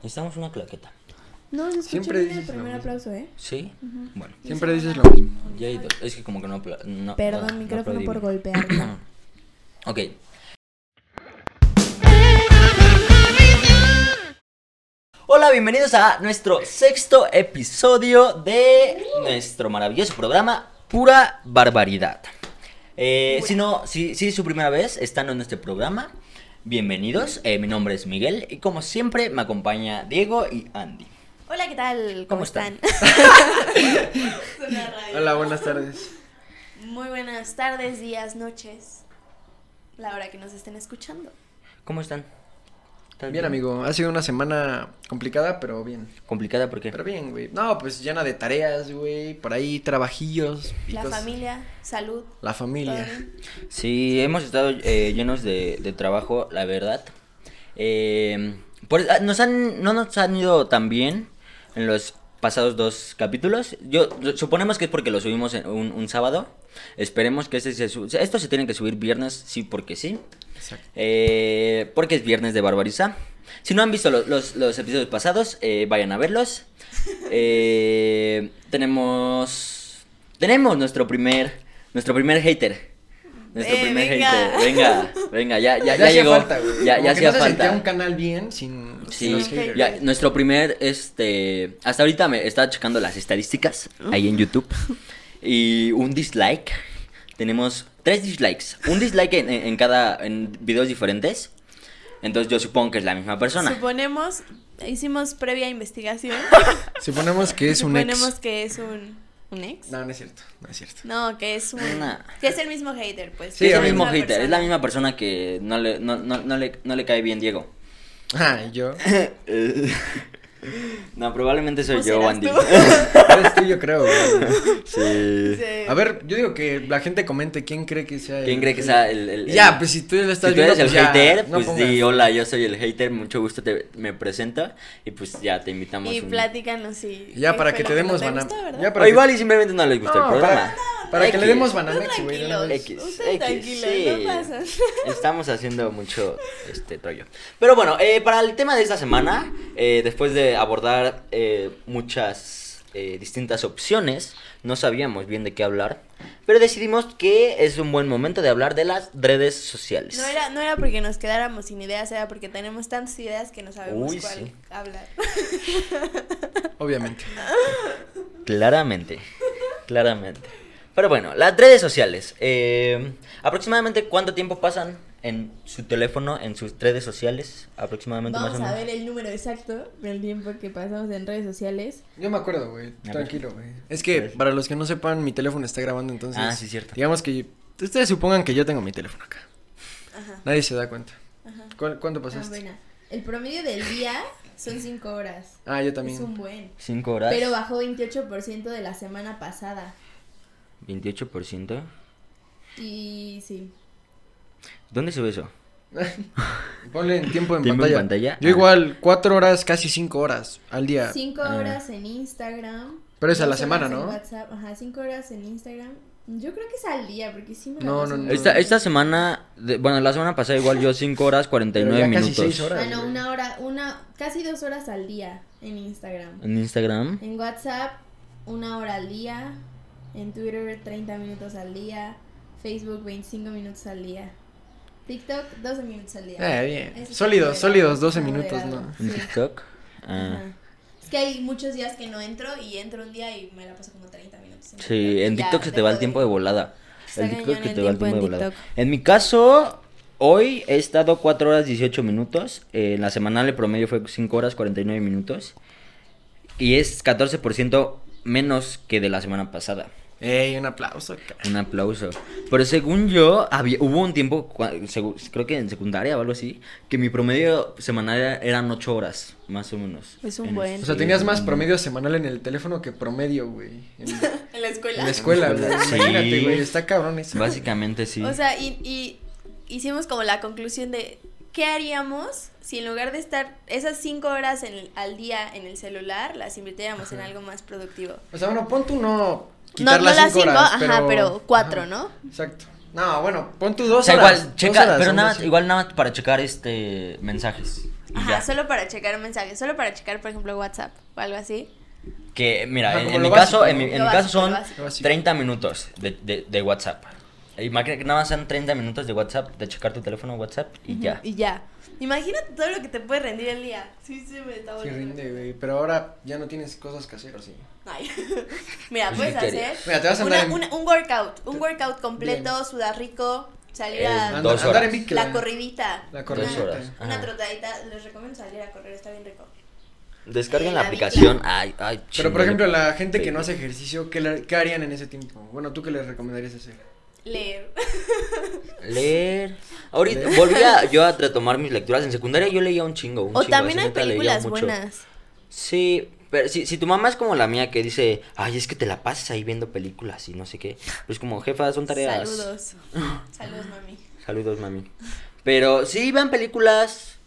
Necesitamos una claqueta. No, se escucha Siempre bien el dices lo primer mismo. aplauso, ¿eh? ¿Sí? Bueno. Siempre dices lo mismo. Ya hay dos. Es que como que no... apla- no ah, Perdón, Ah, no micrófono aplaudí por bien. golpear. Ok. Hola, bienvenidos a nuestro sexto episodio de nuestro maravilloso programa Pura Barbaridad. Eh, si no, si, si es su primera vez estando en este programa, bienvenidos. Eh, mi nombre es Miguel y como siempre me acompaña Diego y Andy. Hola, ¿qué tal? ¿Cómo, ¿Cómo están? están? Suena raro. Hola, buenas tardes. Muy buenas tardes, días, noches. La hora que nos estén escuchando. ¿Cómo están? ¿Estás Bien, amigo, ha sido una semana complicada, pero bien. ¿Complicada por qué? Pero bien, güey. No, pues llena de tareas, güey. Por ahí, trabajillos. y La cosas. familia, salud. La familia. todo bien. Sí, hemos estado eh, llenos de, de trabajo, la verdad. Eh, por- ah, nos han, no nos han ido tan bien en los pasados dos capítulos. Yo yo- suponemos que es porque lo subimos en un, un sábado. Esperemos que este se su- esto se tiene que subir viernes, sí, porque sí. Exacto. Eh, porque es viernes de Barbariza. Si no han visto los, los- los episodios pasados, eh, vayan a verlos. Eh, tenemos. Tenemos nuestro primer. Nuestro primer hater. Nuestro Eh, primer venga. hater. Venga, venga, ya, ya, Ya, ya hacía llegó. falta, güey. ya ya Como que hacía no se sentía falta. un canal bien sin, sin Sí, los haters. ya, nuestro primer, este, hasta ahorita me estaba checando las estadísticas ahí en YouTube y un dislike, tenemos tres dislikes, un dislike en, en- en cada, en videos diferentes, entonces yo supongo que es la misma persona. Suponemos, hicimos previa investigación. Suponemos que es un Suponemos ex. que es un, un ex. No, no es cierto, no es cierto. No, que es un. Una- Que es el mismo hater, pues. Sí, Sí, es el obvio. mismo Una hater, es la persona. misma persona que no le, no, no, no le, no le cae bien Diego. Ah, ¿y yo. no, probablemente soy ¿O yo, serás Andy. tú? Eres tú, yo creo. güey. Sí. Sí. A ver, yo digo que la gente comente quién cree que sea. ¿Quién el cree que hater. sea el, el- el- Ya, pues si tú lo estás si tú eres viendo, el pues, ya, hater, no pues pongas. di hola, yo soy el hater, mucho gusto te, me presento y pues ya te invitamos. Y un- platícanos si. Ya, qué para fue que lo te demos no banana. gustó, ¿verdad? Ya, O para que- igual y simplemente no les gusta No, el programa. para- Para que le X. demos Tú Banamex, güey. de una tranquilos. vez. X, Ustedes X, tranquilos, sí. no pasan. Estamos haciendo mucho este rollo. Pero bueno, eh, para el tema de esta semana, eh, después de abordar eh, muchas eh, distintas opciones, no sabíamos bien de qué hablar, pero decidimos que es un buen momento de hablar de las redes sociales. No era, no era porque nos quedáramos sin ideas, era porque tenemos tantas ideas que no sabemos Uy, cuál sí. hablar. Obviamente. Claramente, claramente. Pero bueno, las redes sociales. eh, aproximadamente cuánto tiempo pasan en su teléfono, en sus redes sociales, aproximadamente Vamos más o a menos. ver el número exacto del tiempo que pasamos en redes sociales. Yo me acuerdo, güey. ver. Tranquilo, güey. Es A que ver. para los que no sepan, mi teléfono está grabando, entonces. Ah, sí, cierto. Digamos que yo- ustedes supongan que yo tengo mi teléfono acá. Nadie se da cuenta. ¿Cuál- ¿Cuánto Ah, pasaste? buena. Ah, El promedio del día son 5 horas. Ah, yo Es un también. buen. Cinco horas. Pero bajó 28% de la semana pasada. 28%. Y sí. ¿Dónde se ve eso? Ponle en tiempo en Tiempo en pantalla. pantalla, Yo ah. igual, cuatro horas, casi cinco horas al día. 5 Ah. horas en Instagram. Pero es a la dos semana, horas en ¿no? WhatsApp. Ajá, 5 horas en Instagram. Yo creo que es al día, porque sí me la No, paso no, no. mucho. Esta, esta semana, de- bueno, la semana pasada igual yo 5 horas 49 Pero ya casi minutos. seis horas. Ah, no, güey. una hora, una, casi dos horas al día en Instagram. En Instagram. En WhatsApp, una hora al día. En Twitter, 30 minutos al día. Facebook, 25 minutos al día. TikTok, 12 minutos al día. Eh, bien. Eso está Sólidos, moderado, sólidos, 12 moderado, minutos, ¿no? En sí. TikTok. Ah, Ajá. Es que hay muchos días que no entro y entro un día y me la paso como 30 minutos. Sí, en Ya, TikTok se te dejo va el tiempo de volada. Está El TikTok cañón que el te va el tiempo tiempo de en volada. TikTok. En mi caso, hoy he estado 4 horas 18 minutos. eh, En la semanal el promedio fue 5 horas 49 minutos. Y es 14% menos que de la semana pasada. Ey, un aplauso, cara. Un aplauso. Pero según yo, había, hubo un tiempo, cua- segu- creo que en secundaria o algo así, que mi promedio semanal era- eran 8 horas, más o menos. Es un En- buen. O sea, tenías más promedio semanal en el teléfono que promedio, güey. En, en en la escuela. la escuela, güey. Sí. Imagínate, güey. Está cabrón eso. Básicamente sí. O sea, y, y hicimos como la conclusión de qué haríamos si en lugar de estar esas cinco horas en el- al día en el celular, las invirtiéramos en algo más productivo. O sea, bueno, pon tú no No, quitar no las las cinco cinco, horas, ajá, pero cuatro, Ajá, ¿no? Exacto. No, bueno, pon tú dos O sea, horas. igual, dos checa, horas, pero aún nada, así. igual nada más para checar este mensajes. y Ajá, ya. solo para checar mensajes, solo para checar, por ejemplo, WhatsApp o algo así. Que, mira, Ajá, en, como en lo mi caso, básico, en mi, ¿no? en Lo mi básico, caso son lo básico. Lo básico. 30 minutos de, de, de WhatsApp. Imagina que nada más sean 30 minutos de WhatsApp, de checar tu teléfono WhatsApp y ya. Y ya. Imagínate todo lo que te puede rendir el día. Sí, sí, me está Sí volviendo. rinde, güey. Pero ahora ya no tienes cosas que hacer, así. Ay. Mira, Pues, puedes ¿qué querías? hacer Mira, te vas a una- andar en- una- un workout, un workout completo, Bien. sudar rico, salir Eh, a Dos Andar- andar horas. en bici. la corridita. La Dos corridita. horas. Una, una Ajá. trotadita, les recomiendo salir a correr, está bien rico. Descarguen la La Biblia. aplicación. Ay, ay, Pero chingo, por ejemplo, yo- la gente que no Sí. hace ejercicio, ¿qué, le- qué harían en ese tiempo? Bueno, ¿tú qué les recomendarías hacer? Leer. Leer. Ahorita Leer. volví a- yo a retomar mis lecturas. En secundaria yo leía un chingo. un O chingo, también así hay neta leía películas mucho. buenas. Sí, pero si, si tu mamá es como la mía que dice, ay, es que te la pasas ahí viendo películas y no sé qué. Pues como jefa, son tareas. Saludos. Saludos, mami. Saludos, mami. Pero sí, vean películas.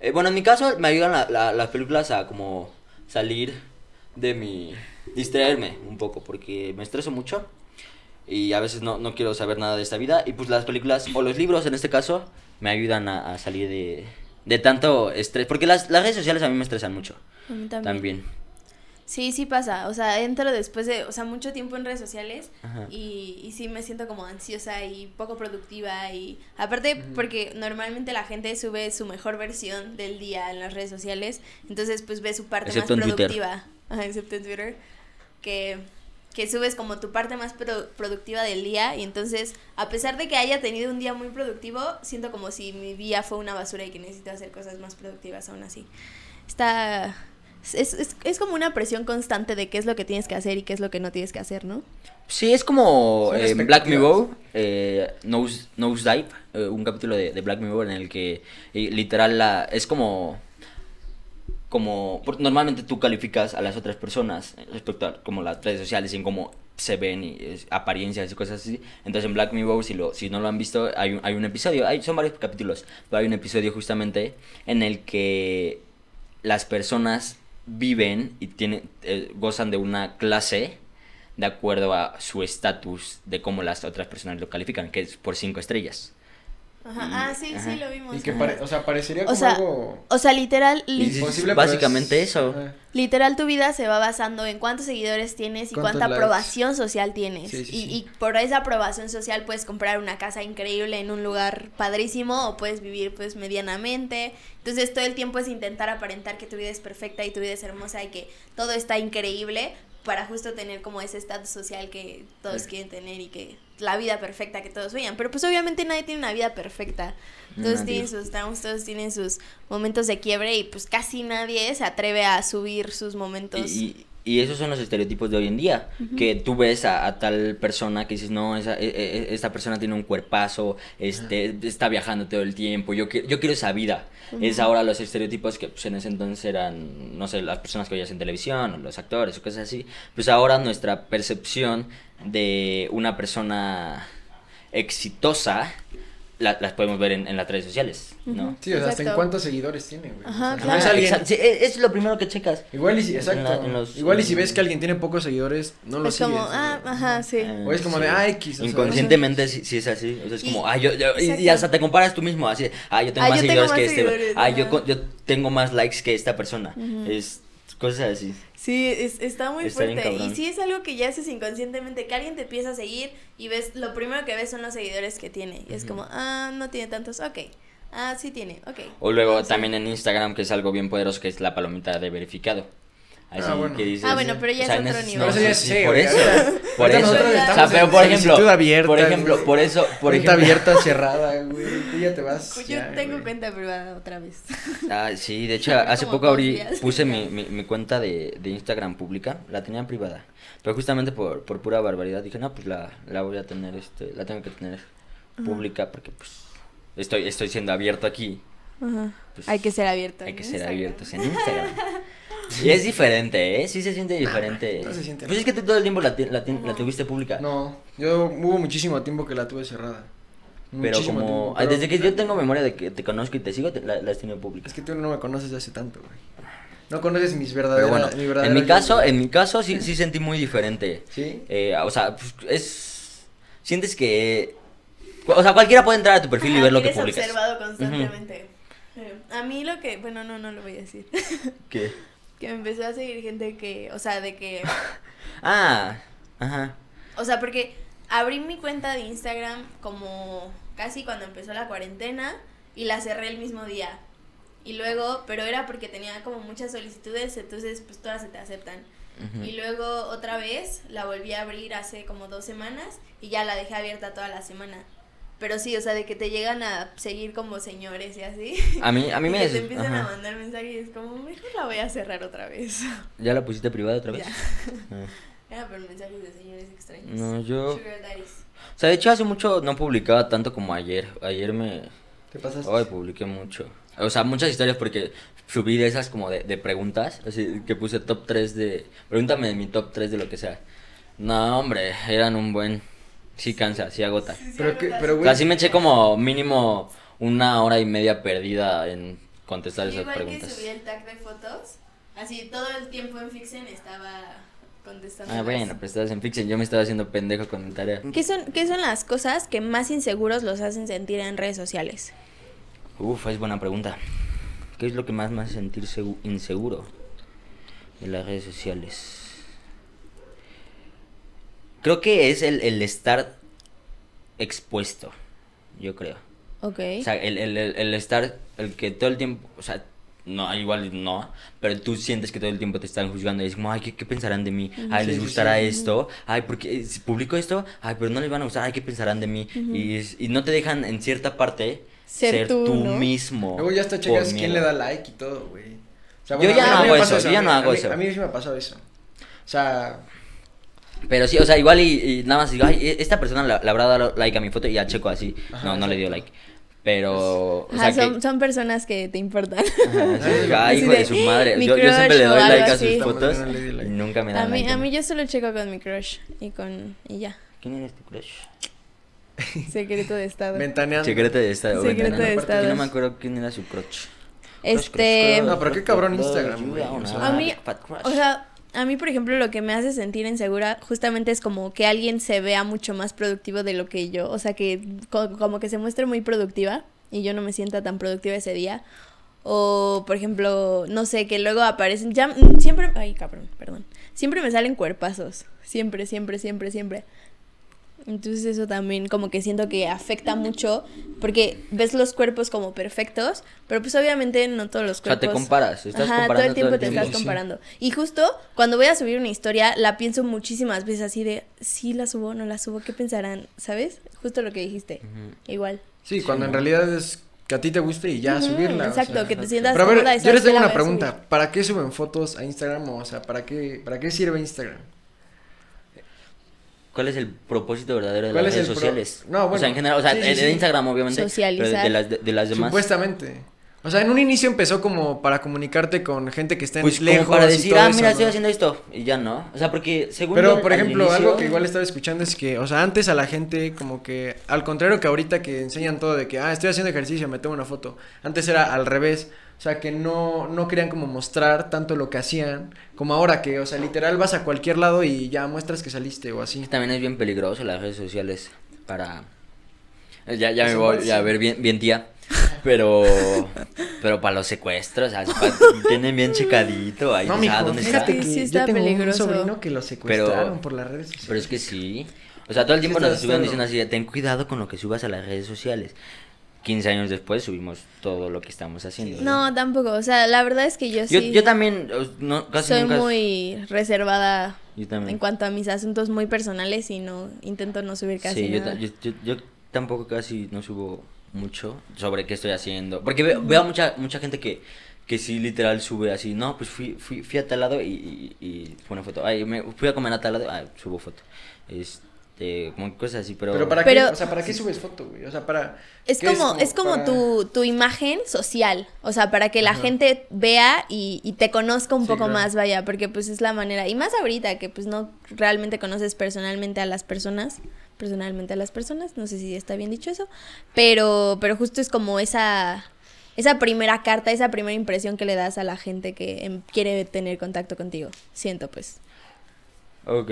Eh, bueno, en mi caso me ayudan la- la- las películas a como salir de mi... distraerme un poco porque me estreso mucho y a veces no, no quiero saber nada de esta vida y pues las películas o los libros en este caso me ayudan a, a salir de, de tanto estrés porque las, las redes sociales a mí me estresan mucho A mí también. Sí, sí pasa. O sea, entro después de, o sea, mucho tiempo en redes sociales Ajá. y, y sí me siento como ansiosa y poco productiva y aparte porque normalmente la gente sube su mejor versión del día en las redes sociales, entonces pues ve su parte Excepto en más Twitter. productiva, Ajá, excepto en Twitter, que, que subes como tu parte más pro- productiva del día y entonces a pesar de que haya tenido un día muy productivo, siento como si mi día fue una basura y que necesito hacer cosas más productivas aún así. Está... Es, es, es como una presión constante de qué es lo que tienes que hacer y qué es lo que no tienes que hacer, ¿no? Sí, es como Son eh, en Black expectativas. Mirror, eh, Nose, Nosedive, eh, un capítulo de, de Black Mirror en el que eh, literal la, es como... como por- Normalmente tú calificas a las otras personas respecto a como las redes sociales y en cómo se ven y es, apariencias y cosas así. Entonces en Black Mirror, si, lo, si no lo han visto, hay un, hay un episodio, hay, son varios capítulos, pero hay un episodio justamente en el que las personas viven y tienen, eh, gozan de una clase de acuerdo a su estatus de cómo las otras personas lo califican, que es por cinco estrellas. Ajá. Mm, Ah, sí, ajá. sí, lo vimos. Y que ajá. pare- o sea, parecería O como sea, algo O sea, literal, li- Y sí, imposible. básicamente pero es- eso. Ah, literal tu vida se va basando en cuántos seguidores tienes y ¿Cuántos cuánta likes? aprobación social tienes. Sí, sí, y, sí. y por esa aprobación social puedes comprar una casa increíble en un lugar padrísimo o puedes vivir pues medianamente. Entonces todo el tiempo es intentar aparentar que tu vida es perfecta y tu vida es hermosa y que todo está increíble para justo tener como ese estatus social que todos Sí. quieren tener y que la vida perfecta que todos sueñan. Pero pues obviamente nadie tiene una vida perfecta. Todos Nadie. tienen sus downs, todos tienen sus momentos de quiebre y pues casi nadie se atreve a subir sus Y, momentos. y- y esos son los estereotipos de hoy en día, que tú ves a, a tal persona que dices, no, esa, e- e- esta persona tiene un cuerpazo, este, está viajando todo el tiempo, yo, qui- yo quiero esa vida. Es ahora los estereotipos que pues, en ese entonces eran, no sé, las personas que veías en televisión, o los actores o cosas así. Pues ahora nuestra percepción de una persona exitosa la- las podemos ver en, en las redes sociales, ¿no? Ujú. Sí, o sea, hasta en Exacto. cuántos seguidores tiene, güey. Ajá, O sea, claro. no es alguien- Exacto, sí, e- es lo primero que checas. Igual y si, En exacto. la- en los- igual y si ves que alguien tiene pocos seguidores, no lo es sigues. como, güey. ah, ajá, sí. Eh, O es como de, ah, X, o sea, Inconscientemente sí, sí es así. O sea, es Y- como, ah, yo, yo- y- y exacto. hasta te comparas tú mismo. Así, ah, yo tengo Ah, más yo tengo seguidores más que este. seguidores, Ah, yo, ajá. co- yo tengo más likes que esta persona. Es cosas así. Sí, es- está muy Está bien fuerte. cabrón. Y sí es algo que ya haces inconscientemente, que alguien te empieza a seguir y ves, lo primero que ves son los seguidores que tiene. Y es como, ah, no tiene tantos, ok. Ah, sí tiene, ok. O luego Ah, también en Instagram, que es algo bien poderoso, que es la palomita de verificado. Así Ah, bueno. que dices. Ah, bueno, pero ya es en otro ese- nivel. no, Pero eso ya sí, es- sí, por güey, eso. ahorita Por eso. nosotros O sea, estamos pero en por ejemplo. solicitud abierta, por ejemplo, güey. por eso. Por Cuenta ejemplo, abierta, cerrada, güey. Tú ya te vas. Pues ya, Yo tengo güey. cuenta privada otra vez. Ah, sí, de hecho, hace Como poco dos abrí, días. puse mi, mi, mi cuenta de, de Instagram pública, la tenía en privada, pero justamente por, por pura barbaridad dije, no, pues la, la voy a tener, este, la tengo que tener pública porque pues estoy, estoy siendo abierto aquí, Pues, hay que ser abierto. hay en que ser Instagram. abiertos en Instagram. Y es diferente, ¿eh? Sí se siente diferente. no se siente pues es que tú todo el tiempo la, ti- la, ti- la tuviste pública. No, yo hubo muchísimo tiempo que la tuve cerrada. Pero Muchísimo como, tiempo, ah, pero- pues desde que yo tengo memoria de que te conozco y te sigo, te- la, la has tenido pública. Es que tú no me conoces de hace tanto, güey. No conoces mis Pero verdaderas. bueno, mi en verdadero mi yo, caso, güey. en mi caso sí, sí sentí muy diferente. ¿Sí? Eh, o sea, pues, es. Sientes que. O sea, cualquiera puede entrar a tu perfil y Ajá, ver lo que eres publicas. observado constantemente. Eh, A mí lo que, bueno, no, no lo voy a decir. ¿Qué? que me empezó a seguir gente que, o sea, de que, Ah, ajá. o sea, porque abrí mi cuenta de Instagram como casi cuando empezó la cuarentena y la cerré el mismo día. Y luego, pero era porque tenía como muchas solicitudes, entonces pues todas se te aceptan. ujú. Y luego otra vez la volví a abrir hace como dos semanas y ya la dejé abierta toda la semana. Pero sí, o sea, de que te llegan a seguir como señores y así. A mí, a mí Y me que des- te empiezan ajá. a mandar mensajes y es como, mejor la voy a cerrar otra vez. ¿Ya la pusiste privada otra vez? Ya. Ah. Era por mensajes de señores extraños. No, yo... Sugar daddies. O sea, de hecho hace mucho no publicaba tanto como ayer. Ayer me... ¿Qué pasas? Ay, pues, publiqué mucho. O sea, muchas historias porque subí de esas como de, de preguntas, así que puse top 3 de... Pregúntame de mi top 3 de lo que sea. No, hombre, eran un buen... Sí cansa, sí agota. Pero, que, pero O güey, sea, sí me eché como mínimo una hora y media perdida en contestar esas Igual preguntas. que subí el tag de fotos, así todo el tiempo en Fixen estaba contestando. Ah, las- bueno, pero estabas en Fixen, yo me estaba haciendo pendejo con mi tarea. ¿Qué son, ¿Qué son las cosas que más inseguros los hacen sentir en redes sociales? Uf, es buena pregunta. ¿Qué es lo que más me hace sentir segu- inseguro de las redes sociales? Creo que es el, el estar expuesto, yo creo. Ok. O sea, el, el- el- el estar, el que todo el tiempo, o sea, no, igual no, pero tú sientes que todo el tiempo te están juzgando y es como, ay, ¿qué, qué pensarán de mí? Ay, Sí, ¿les sí, gustará sí. esto? Ay, porque si publico esto, ay, pero no les van a gustar, ay, ¿qué pensarán de mí? y, es- y no te dejan en cierta parte ser, Ser tú, tú, ¿no? mismo. Luego ya hasta por checas quién miedo. le da like y todo, güey. O sea, Yo ya a mí- no a mí me hago pasa eso, yo ya no a mí- hago a mí- eso. A mí sí me ha pasado eso. O sea, Pero sí, o sea, igual y, y nada más digo, ay, e- esta persona la- le habrá dado like a mi foto y ya checo así. Ajá, no, no le dio exacto. like. Pero, o sea, que... son, son personas que te importan. Ajá, sí, digo, ay, Así hijo de, de su madre. "Mi Yo, yo siempre crush", le o doy algo like a sus así. fotos No le di y like. nunca me A dan mí, like. a mí yo solo checo con mi crush y con y ya. ¿Quién eres tu crush? Secreto de estado. ventaneando. Secreto de Estado. Secreto ventana. de Aparte, Estado. Yo no me acuerdo quién era su crush. Este, No, pero qué cabrón Instagram, güey, o sea. A mí, o sea, a mí, por ejemplo, lo que me hace sentir insegura justamente es como que alguien se vea mucho más productivo de lo que yo. O sea, que co- como que se muestre muy productiva y yo no me sienta tan productiva ese día. O, por ejemplo, no sé, que luego aparecen. Ya, mm, siempre. Ay, cabrón, perdón. Siempre me salen cuerpazos. Siempre, siempre, siempre, siempre. Entonces eso también como que siento que afecta mucho porque ves los cuerpos como perfectos, pero pues obviamente no todos los O sea, cuerpos. te comparas, estás Ajá, todo comparando el tiempo todo el te tiempo. estás Sí, sí. comparando. Y justo cuando voy a subir una historia, la pienso muchísimas veces así de, sí la subo, no la subo, ¿qué pensarán? ¿Sabes? Justo lo que dijiste. Igual. Sí, cuando en realidad es que a ti te guste y ya Ujú, subirla. o exacto, sea. que te ajá. sientas Pero a cómoda y ver, yo sabes les que tengo la voy a una pregunta. subir. ¿Para qué suben fotos a Instagram? O sea, ¿para qué, para qué sirve Instagram? ¿Cuál es el propósito verdadero de ¿Cuál las redes es el pro- sociales? No, O sea, bueno, en general, o sea, sí, sí, de- de sí. Instagram obviamente. pero Socializar. de las, de, de las demás. Supuestamente. O sea, en un inicio empezó como para comunicarte con gente que está en Pues lejos como para y decir, todo ah, eso, mira, ¿no? estoy haciendo esto. Y ya no. O sea, porque según Pero, yo, por al ejemplo, inicio- algo que igual estaba escuchando es que, o sea, antes a la gente como que, al contrario que ahorita que enseñan todo de que, ah, estoy haciendo ejercicio, me tomo una foto. Antes era al revés, o sea, que no, no querían como mostrar tanto lo que hacían, como ahora que, o sea, literal vas a cualquier lado y ya muestras que saliste o así. También es bien peligroso las redes sociales para... Eh, Ya, ya me Eso voy parece. a ver bien, bien tía, pero pero para los secuestros, así, pa- tienen bien checadito ahí, No, ¿sabes? mijo, ¿Dónde fíjate está? que Sí, sí yo está tengo peligroso. un sobrino que lo secuestraron por las redes sociales. Pero es que sí, o sea, todo el tiempo está nos estuvieron asustando. diciendo así, de, ten cuidado con lo que subas a las redes sociales. 15 años después subimos todo lo que estamos haciendo. ¿verdad? No, tampoco. O sea, la verdad es que yo yo, sí yo también, o- no, casi soy nunca... muy reservada Yo también. en cuanto a mis asuntos muy personales y no intento no subir casi Sí, yo, nada. ta- yo, yo- yo tampoco casi no subo mucho sobre qué estoy haciendo. Porque veo, veo a mucha, mucha gente que, que sí literal sube así, no, pues fui, fui, fui a tal lado y, y, y pone foto. Ay, me fui a comer a tal lado, ay, subo foto. Este, como cosas así, pero... Pero para Pero- qué, o sea, ¿para qué subes foto, güey? O sea, para... Es ¿qué como, es como para- tu, tu imagen social, o sea, para que la gente vea y, y te conozca un Sí, poco claro. más, vaya, porque pues es la manera, y más ahorita que pues no realmente conoces personalmente a las personas, personalmente a las personas, no sé si está bien dicho eso, pero, pero justo es como esa, esa primera carta, esa primera impresión que le das a la gente que em, quiere tener contacto contigo, siento pues. Ok,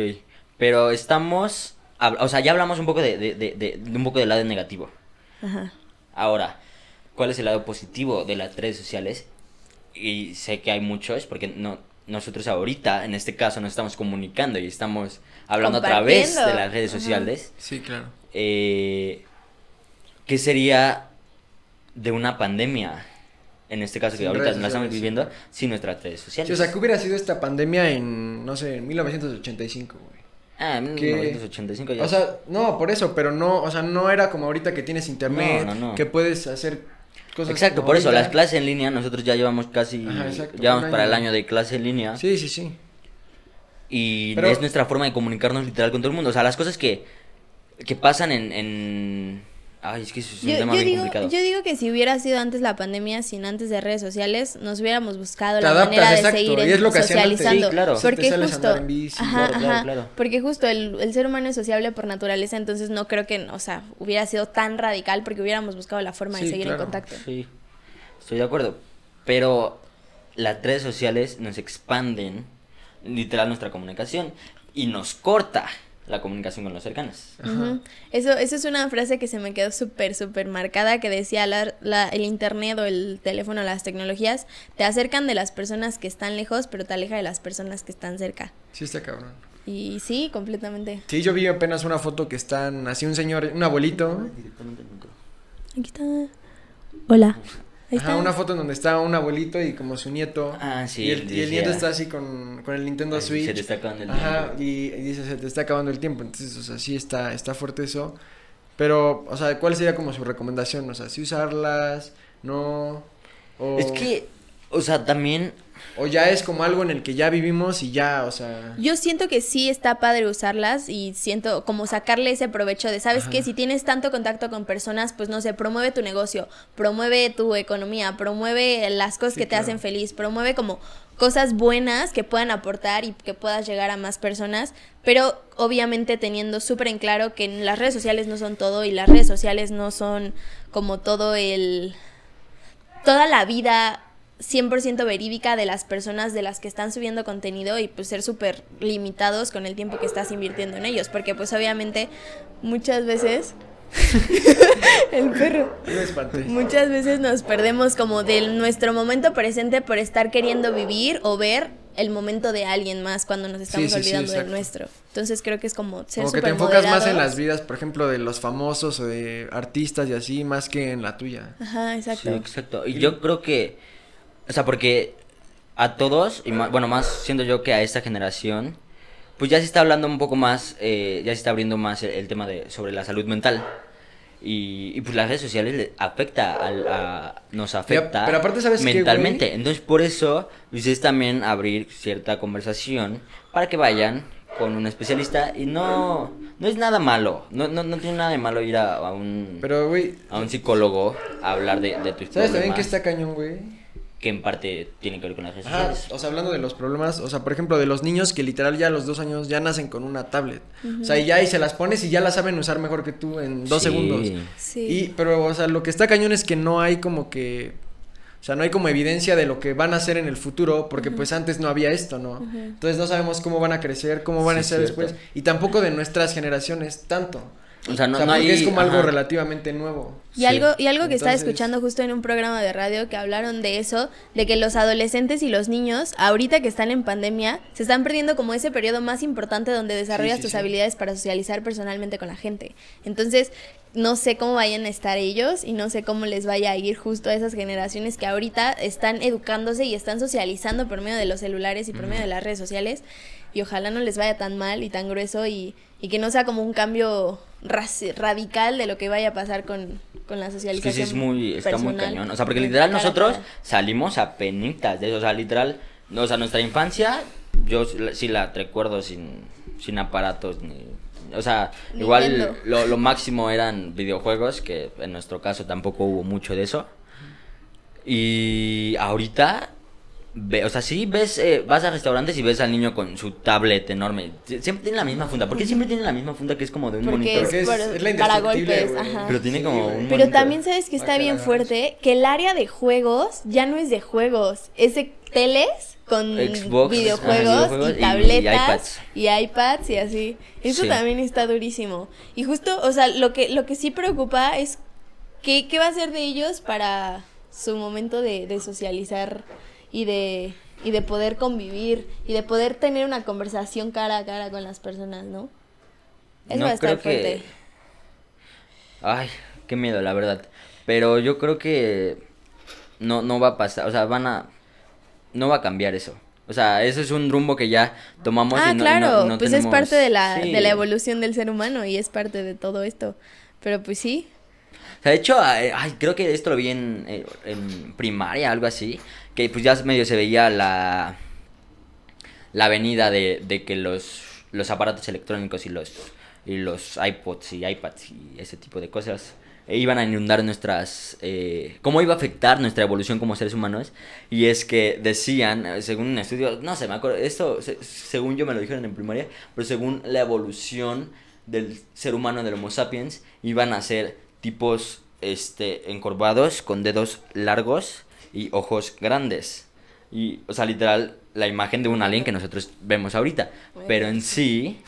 pero estamos... hab- O sea, ya hablamos un poco de, de, de- de- de un poco del lado negativo. Ajá. Ahora, cuál es el lado positivo de las redes sociales. Y sé que hay muchos, porque no, nosotros ahorita, en este caso, nos estamos comunicando y estamos hablando a través de Compartiendo. las redes Ajá. sociales. Sí, claro. Eh, ¿Qué sería de una pandemia? En este caso, que Sin ahorita redes la estamos sociales, sí. viviendo, sin nuestras redes sociales. Sí, o sea, ¿qué hubiera sido esta pandemia en, no sé, en 1985, güey? Ah, en que- 1985 ya. O sea, no, por eso, pero no, o sea, no era como ahorita que tienes internet, No, no, no. que puedes hacer cosas Exacto, como por eso, ahorita. las clases en línea, nosotros ya llevamos casi, Ajá, exacto, llevamos un para el año. año de clase en línea. Sí, sí, sí. Y Pero- es nuestra forma de comunicarnos literal con todo el mundo. O sea, las cosas que, que pasan en, en... Ay, es que es un Yo, tema yo bien digo, complicado. yo digo que si hubiera sido antes la pandemia, sin antes de redes sociales, nos hubiéramos buscado Te la adaptas, manera de exacto, seguir y es lo que hacían antes. socializando. Sí, claro. Sí, te Porque sales a justo, andar en bici, ajá, claro, claro, ajá, claro. porque justo el, el ser humano es sociable por naturaleza, entonces no creo que, o sea, hubiera sido tan radical porque hubiéramos buscado la forma de Sí, seguir claro. en contacto. Sí, estoy de acuerdo. Pero las redes sociales nos expanden literal nuestra comunicación y nos corta la comunicación con los cercanos. Ajá. Ujú. Eso, eso es una frase que se me quedó súper, súper marcada, que decía la- la- el internet o el teléfono, las tecnologías, te acercan de las personas que están lejos, pero te aleja de las personas que están cerca. Sí, está cabrón. Y sí, completamente. Sí, yo vi apenas una foto que están así un señor, un abuelito. Aquí está. Hola. Ahí Ajá, está. una foto en donde está un abuelito y como su nieto. Ah, sí, Y el, y el nieto decía. está así con, con el Nintendo Ay, Switch. Se te está acabando el Ajá, tiempo. y, y dice, se te está acabando el tiempo. Entonces, o sea, sí está, está fuerte eso. Pero, o sea, ¿cuál sería como su recomendación? O sea, si usarlas, no. O, Es que, o sea, también o ya es como algo en el que ya vivimos y ya, o sea. Yo siento que sí está padre usarlas y siento como sacarle ese provecho de, ¿sabes qué? Ajá. Si tienes tanto contacto con personas, pues no sé, promueve tu negocio, promueve tu economía, promueve las cosas Sí, que te claro. hacen feliz, promueve como cosas buenas que puedan aportar y que puedas llegar a más personas, pero obviamente teniendo súper en claro que las redes sociales no son todo y las redes sociales no son como todo el toda la vida 100% verídica de las personas de las que están subiendo contenido y pues ser súper limitados con el tiempo que estás invirtiendo en ellos, porque pues obviamente muchas veces el perro Yo me espanté. muchas veces nos perdemos como de nuestro momento presente por estar queriendo vivir o ver el momento de alguien más cuando nos estamos sí, sí, olvidando del exacto. nuestro. Entonces creo que es como ser Como que te súper enfocas más en moderados. las vidas, por ejemplo, de los famosos o de artistas y así, más que en la tuya. Ajá, Sí, exacto. exacto. Y yo creo que, o sea, porque a todos, y ma- bueno, más siendo yo que a esta generación, pues ya se está hablando un poco más, eh, ya se está abriendo más el, el tema de sobre la salud mental. Y, y pues las redes sociales le afecta al- a- nos afecta pero aparte, ¿sabes qué, güey? mentalmente. Entonces por eso pues, es también abrir cierta conversación para que vayan con un especialista y no no es nada malo, no, no, no tiene nada de malo ir a, a un Pero, güey, a un psicólogo a hablar de, de tus ¿sabes problemas. también que está cañón, güey? que en parte tiene que ver con las redes Ajá, sociales. o sea, hablando de los problemas, o sea, por ejemplo, de los niños que literal ya a los dos años ya nacen con una tablet. O sea, y ya y se las pones y ya las saben usar mejor que tú en dos Sí. segundos. Sí. Y, pero, o sea, lo que está cañón es que no hay como que. O sea, no hay como evidencia de lo que van a hacer en el futuro, porque pues antes no había esto, ¿no? Entonces no sabemos cómo van a crecer, cómo van a Sí, ser cierto. después, y tampoco de nuestras generaciones tanto. O sea, no, o sea, no porque hay... es como algo ajá. relativamente nuevo. Y Sí. algo, y algo que estaba Entonces- escuchando justo en un programa de radio que hablaron de eso, de que los adolescentes y los niños, ahorita que están en pandemia, se están perdiendo como ese periodo más importante donde desarrollas sí, tus sí. habilidades para socializar personalmente con la gente. Entonces, no sé cómo vayan a estar ellos y no sé cómo les vaya a ir justo a esas generaciones que ahorita están educándose y están socializando por medio de los celulares y por medio de las redes sociales. Y ojalá no les vaya tan mal y tan grueso y, y que no sea como un cambio raci- radical de lo que vaya a pasar con, con la Es socialización. que sí es muy... Está muy personal. cañón. O sea, porque literal Cara a nosotros cara. salimos a penitas de eso. O sea, literal... no, O sea, nuestra infancia, yo sí la- sí la recuerdo sin, sin aparatos ni... O sea, igual Nintendo. lo, lo máximo eran videojuegos, que en nuestro caso tampoco hubo mucho de eso. Y ahorita, ve- o sea, sí ves, eh, vas a restaurantes y ves al niño con su tablet enorme. Sie- Siempre tiene la misma funda. ¿Por qué siempre tiene la misma funda que es como de un Porque monitor? Porque es, por- es la para indestructible, golpes, güey. ajá. Pero tiene como un güey. Pero bonito. también sabes que está Para que bien la fuerte que el área de juegos ya no es de juegos, es de teles con Xbox, ajá, videojuegos videojuegos y- y y tabletas y iPads. y así. Eso Sí. también está durísimo. Y justo, o sea, lo que lo que sí preocupa es ¿Qué, qué va a hacer de ellos para su momento de, de socializar y de, y de poder convivir y de poder tener una conversación cara a cara con las personas, ¿no? Eso va a estar fuerte. Ay, qué miedo, la verdad. Pero yo creo que no, no va a pasar, o sea, van a... No va a cambiar eso. O sea, eso es un rumbo que ya tomamos. Ah, y no- y no- claro, no pues tenemos- es parte de la, Sí. de la evolución del ser humano y es parte de todo esto. Pero pues sí, O sea, de hecho, ay, ay, creo que esto lo vi en, eh, en primaria, algo así, que pues ya medio se veía la, la venida de, de que los, los aparatos electrónicos y los, y los iPods y iPads y ese tipo de cosas eh, iban a inundar nuestras... eh, cómo iba a afectar nuestra evolución como seres humanos. Y es que decían, eh, según un estudio, no sé, me acuerdo, esto se- según yo me lo dijeron en primaria, pero según la evolución del ser humano del Homo sapiens, iban a ser tipos este, encorvados, con dedos largos y ojos grandes. Y, o sea, literal, la imagen de un alien que nosotros vemos ahorita. Pero en sí,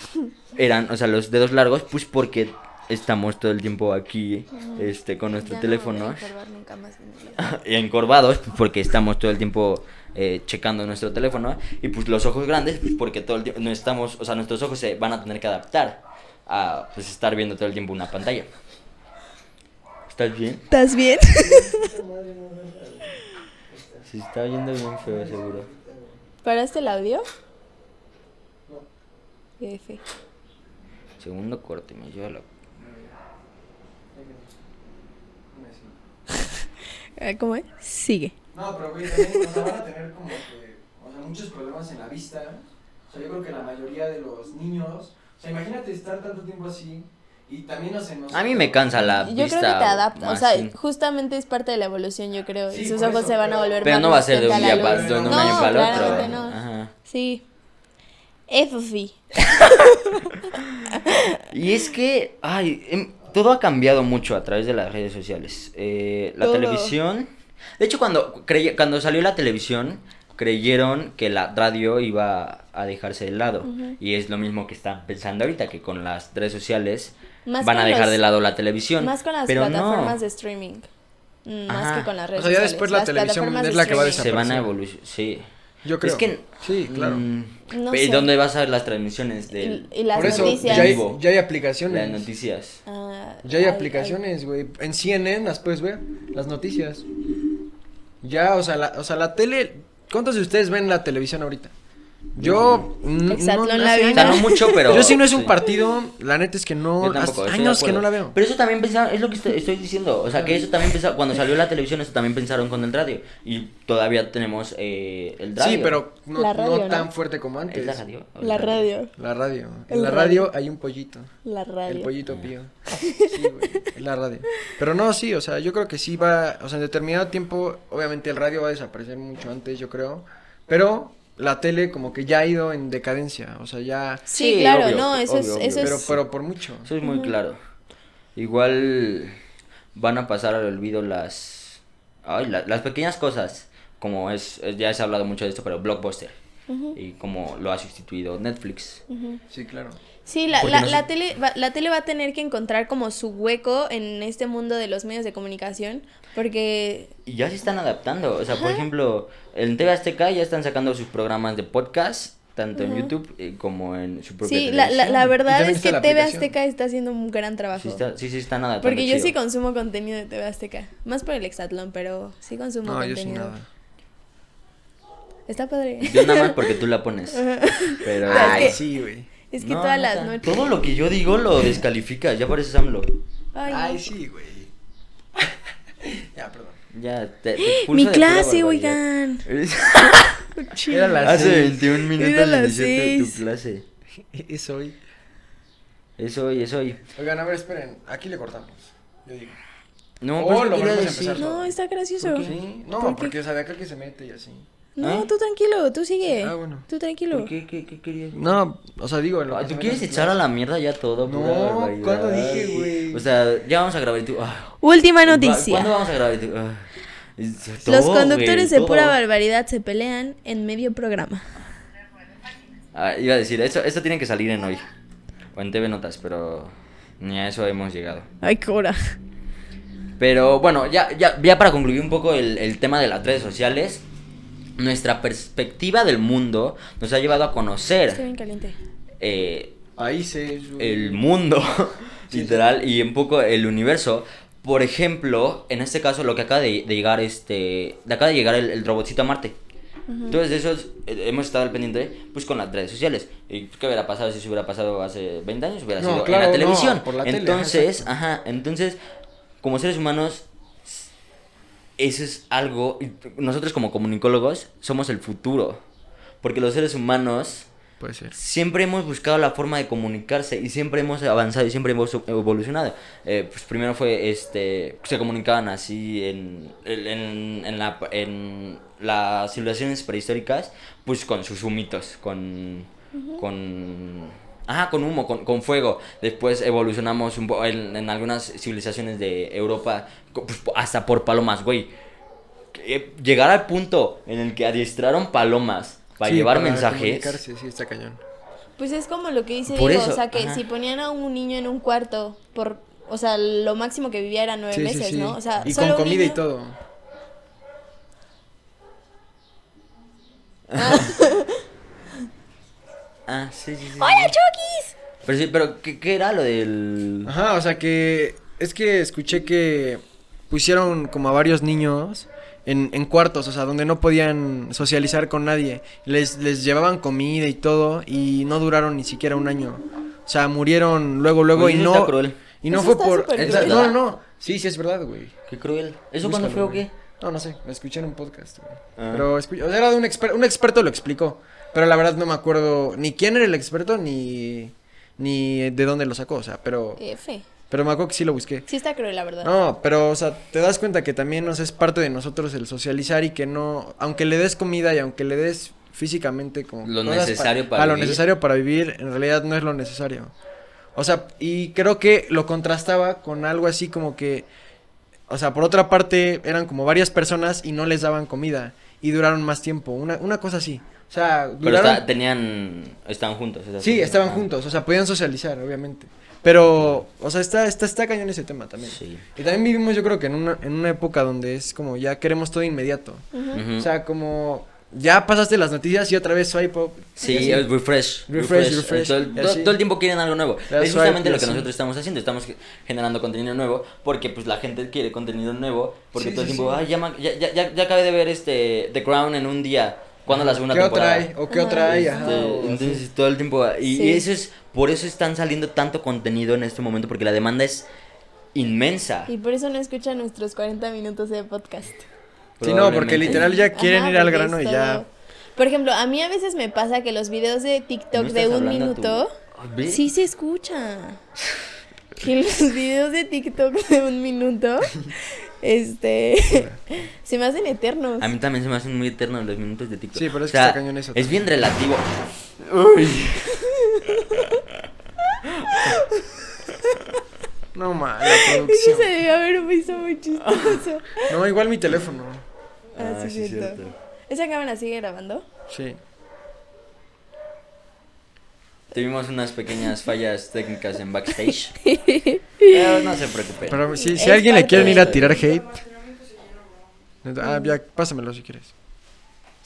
eran, o sea, los dedos largos, pues porque estamos todo el tiempo aquí, este, con nuestro Ya no me voy a teléfono. encorvar nunca más en mi vida. y encorvados, pues porque estamos todo el tiempo eh, checando nuestro teléfono. Y pues los ojos grandes, pues porque todo el tiempo, no estamos, o sea, nuestros ojos se van a tener que adaptar a, pues, estar viendo todo el tiempo una pantalla. ¿Estás bien? ¿Estás bien? Se está viendo bien feo, seguro. ¿Paraste el audio? F. Segundo corte, me lleva la... Ah, ¿Cómo es? Sigue. No, pero güey, también, o sea, van a tener como que, o sea, muchos problemas en la vista. O sea, yo creo que la mayoría de los niños, o sea, imagínate estar tanto tiempo así y también, no sé, no sé, A mí me cansa la Yo Ah, vista. creo que te adapta, o más, sea, sí. justamente es parte de la evolución, yo creo. y Sí, sus por ojos eso, se van a pero- volver Pero más no va a ser de un día resistentes la para luz. de un No, año para el otro. ¿eh? claramente no. Ajá. Sí. F. Y es que, ay, em, todo ha cambiado mucho a través de las redes sociales. Eh, la Todo. televisión. De hecho, cuando, crey- cuando salió la televisión, creyeron que la radio iba a dejarse de lado. Y es lo mismo que están pensando ahorita, que con las redes sociales Más van a con dejar los- de lado la televisión. Más con las pero plataformas no. de streaming. Mm, Más Ajá. que con las sea, redes ya sociales. después la Las televisión plataformas es de la que va a Se streaming. van a desaparecer. evolucionar, sí. Yo creo. Es que... Sí, claro. Mm, No ¿y sé. ¿Dónde vas a ver las transmisiones de Y- y las Por eso, noticias. ya hay, Vivo. ya hay las aplicaciones. noticias? Ah, Ya hay ay, aplicaciones, güey. En CNN las puedes ver, las noticias. Ya, o sea, la, o sea, la tele. ¿Cuántos de ustedes ven la televisión ahorita? Yo. mm, n- Exatlón hace la años- vi. O sea, no mucho, pero... Yo si no es un sí. partido, la neta es que no. Yo tampoco, hace estoy de años que acuerdo. no la veo. Pero eso también pensaron, es lo que estoy, estoy diciendo. O sea, que eso también pensaron, cuando salió la televisión, eso también pensaron con el radio. Y todavía tenemos eh, el radio. sí, pero no, La radio, no ¿no? tan fuerte como antes. ¿Es la radio? ¿O el La radio. La radio. En El la radio hay un pollito. La radio. El pollito pío. Sí, güey. en La radio. Pero no, sí, o sea, yo creo que sí va. O sea, en determinado tiempo, obviamente el radio va a desaparecer mucho antes, yo creo. Pero la tele, como que ya ha ido en decadencia. O sea, ya. Sí, Sí, claro, obvio, no, eso es, obvio, eso obvio. Pero, es pero por mucho. Eso es muy claro. Igual van a pasar al olvido las... ay, la- las pequeñas cosas. Como es, es- ya se ha hablado mucho de esto, pero Blockbuster. Y como lo ha sustituido Netflix. Sí, claro. Sí, la, Porque la, no sé- la tele va, la tele va a tener que encontrar como su hueco en este mundo de los medios de comunicación, porque Y ya se están adaptando. O sea, por ejemplo, en TV Azteca ya están sacando sus programas de podcast, tanto en YouTube eh, como en su propia sí, la, la, televisión. la Y verdad también es que está la TV aplicación. Azteca está haciendo un gran trabajo. Sí, está- sí, sí están adaptando. porque yo chido. sí consumo contenido de TV Azteca, más por el Exatlón, pero sí consumo No, yo sí contenido. nada. Está padre. Yo nada más porque tú la pones. Pero. Ay, Ah, que- sí, güey. es que No, todas neta. las noches. Todo lo que yo digo lo descalificas. Ya pareces AMLO. Ay, no. Ay, sí, güey. ya, perdón. Ya, te, te expulso Mi de pura clase, barbaridad. oigan. Era la Ah, Hace seis. 21 Era minutos las iniciaste tu seis. clase. Es hoy. Es hoy, es hoy. Oigan, a ver, esperen. Aquí le cortamos. Yo digo. No, Oh, pero es que lo quería volvemos a decir- empezar. No, está gracioso. ¿Por qué? Sí. No, ¿Por qué? porque o sea, de acá que se mete y así. No, ¿Ah? tú tranquilo, tú sigue. Ah, bueno. Tú tranquilo. ¿Por qué? ¿Qué, qué querías? No, o sea, digo, en lo Ah, que ¿Tú se quieres mete- echar a la mierda ya todo? No, pura barbaridad? ¿cuándo dije, güey? O sea, ya vamos a grabar y tú. ah. Última ¿Cuándo noticia. vamos a grabar y tú? ah. Es- Los todo, conductores güey, de pura todo. barbaridad se pelean en medio programa. Ah, iba a decir, esto, esto tiene que salir en hoy. O en TV Notas, pero ni a eso hemos llegado. Ay, qué hora. Pero bueno, ya, ya, ya para concluir un poco el, el tema de las redes sociales, nuestra perspectiva del mundo nos ha llevado a Estoy conocer bien caliente. eh, Ahí se. el mundo, Sí, literal, y un poco el universo. Por ejemplo, en este caso, lo que acaba de, de llegar, este, de acaba de llegar el, el robotcito a Marte. Entonces, de eso es- eh, hemos estado al pendiente, pues, con las redes sociales. ¿Y qué hubiera pasado si se hubiera pasado hace 20 años? Hubiera No, sido claro, en la no, televisión. por la tele, entonces, ajá, entonces, como seres humanos, eso es algo, nosotros como comunicólogos somos el futuro. Porque los seres humanos Puede ser. siempre hemos buscado la forma de comunicarse y siempre hemos avanzado y siempre hemos evolucionado. Eh, pues primero fue, este, se comunicaban así en, en- en- en la- en las civilizaciones prehistóricas, pues con sus humitos, con, con Ajá, con humo, con, con fuego. Después evolucionamos un po- en, en algunas civilizaciones de Europa, co- pues, hasta por palomas, güey. Eh, Llegar al punto en el que adiestraron palomas para Sí, llevar para mensajes. comunicarse, Sí, está cañón. Pues es como lo que dice Por Diego, eso, o sea, que ajá. si ponían a un niño en un cuarto por... O sea, lo máximo que vivía era nueve Sí, sí, meses, sí. ¿no? O sea, y con solo un comida y niño- todo. Ah, sí, sí, sí. ¡Hola, Chokis! Pero sí, pero ¿qué, qué era lo del...? Ajá, o sea que es que escuché que pusieron como a varios niños en, en cuartos, o sea, donde no podían socializar con nadie. Les, les llevaban comida y todo y no duraron ni siquiera un año. O sea, murieron luego, luego Güey, y eso no... está cruel. Y no Eso fue está por... súper Exacto, cruel. No, no, sí, sí es verdad, güey. Qué cruel. ¿Eso cuándo fue Búscalo, o qué? güey. No, no sé, lo escuché en un podcast, güey. Ah. Pero escu- o sea, era de un experto, un experto lo explicó, pero la verdad no me acuerdo ni quién era el experto ni ni de dónde lo sacó, o sea, Eh, pero F. pero me acuerdo que sí lo busqué. Sí está cruel, la verdad. No, pero o sea, te das cuenta que también nos es parte de nosotros el socializar y que no aunque le des comida y aunque le des físicamente como Lo cosas pa- necesario para ah, lo vivir. necesario para vivir, en realidad no es lo necesario. O sea, y creo que lo contrastaba con algo así como que o sea, por otra parte, eran como varias personas y no les daban comida. Y duraron más tiempo. Una, una cosa así. O sea, Pero duraron. está- tenían... Estaban juntos. esas Sí, cosas. estaban Ah, juntos. O sea, podían socializar, obviamente. Pero, o sea, está, está, está cañón ese tema también. Sí. Y también vivimos, yo creo que en una, en una época donde es como ya queremos todo inmediato. Ujú. O sea, como ya pasaste las noticias y otra vez swipe up. Sí, Y así. es refresh. Eh, Refresh, refresh, Todo, y el- todo- así. todo el tiempo quieren algo nuevo. That's es justamente right, y lo que así. nosotros estamos haciendo. Estamos ge- generando contenido nuevo porque pues la gente quiere contenido nuevo. Porque Sí, todo el sí, tiempo, sí. "Ay, ya, ma- ya, ya, ya, ya acabé de ver este The Crown en un día. ¿Cuándo la segunda ¿Qué temporada? otra hay? ¿O qué otra hay? Ajá, Este, o así. entonces todo el tiempo y Sí. eso es por eso están saliendo tanto contenido en este momento porque la demanda es inmensa. Y por eso no escuchan nuestros 40 minutos de podcast. Sí, no, porque probablemente. literal ya quieren Ajá, ir al porque grano y es ya. todo. Por ejemplo, a mí a veces me pasa que los videos de TikTok ¿No de estás un hablando a tu- minuto Ay, ¿Ah, ve. sí se escucha. Que los videos de TikTok de un minuto, este, se me hacen eternos. A mí también se me hacen muy eternos los minutos de TikTok. Sí, pero es que está cañón eso Es también. bien relativo. Ah, No, ma, la producción. Eso se debe haber visto muy chistoso. No, igual mi teléfono. Ah, sí, cierto. ¿Esa cámara sigue grabando? Sí. Tuvimos unas pequeñas fallas técnicas en backstage. pero no se preocupen. Pero sí, si Es a alguien le parte quieren de- ir a tirar hate. Ah, ya, pásamelo si quieres.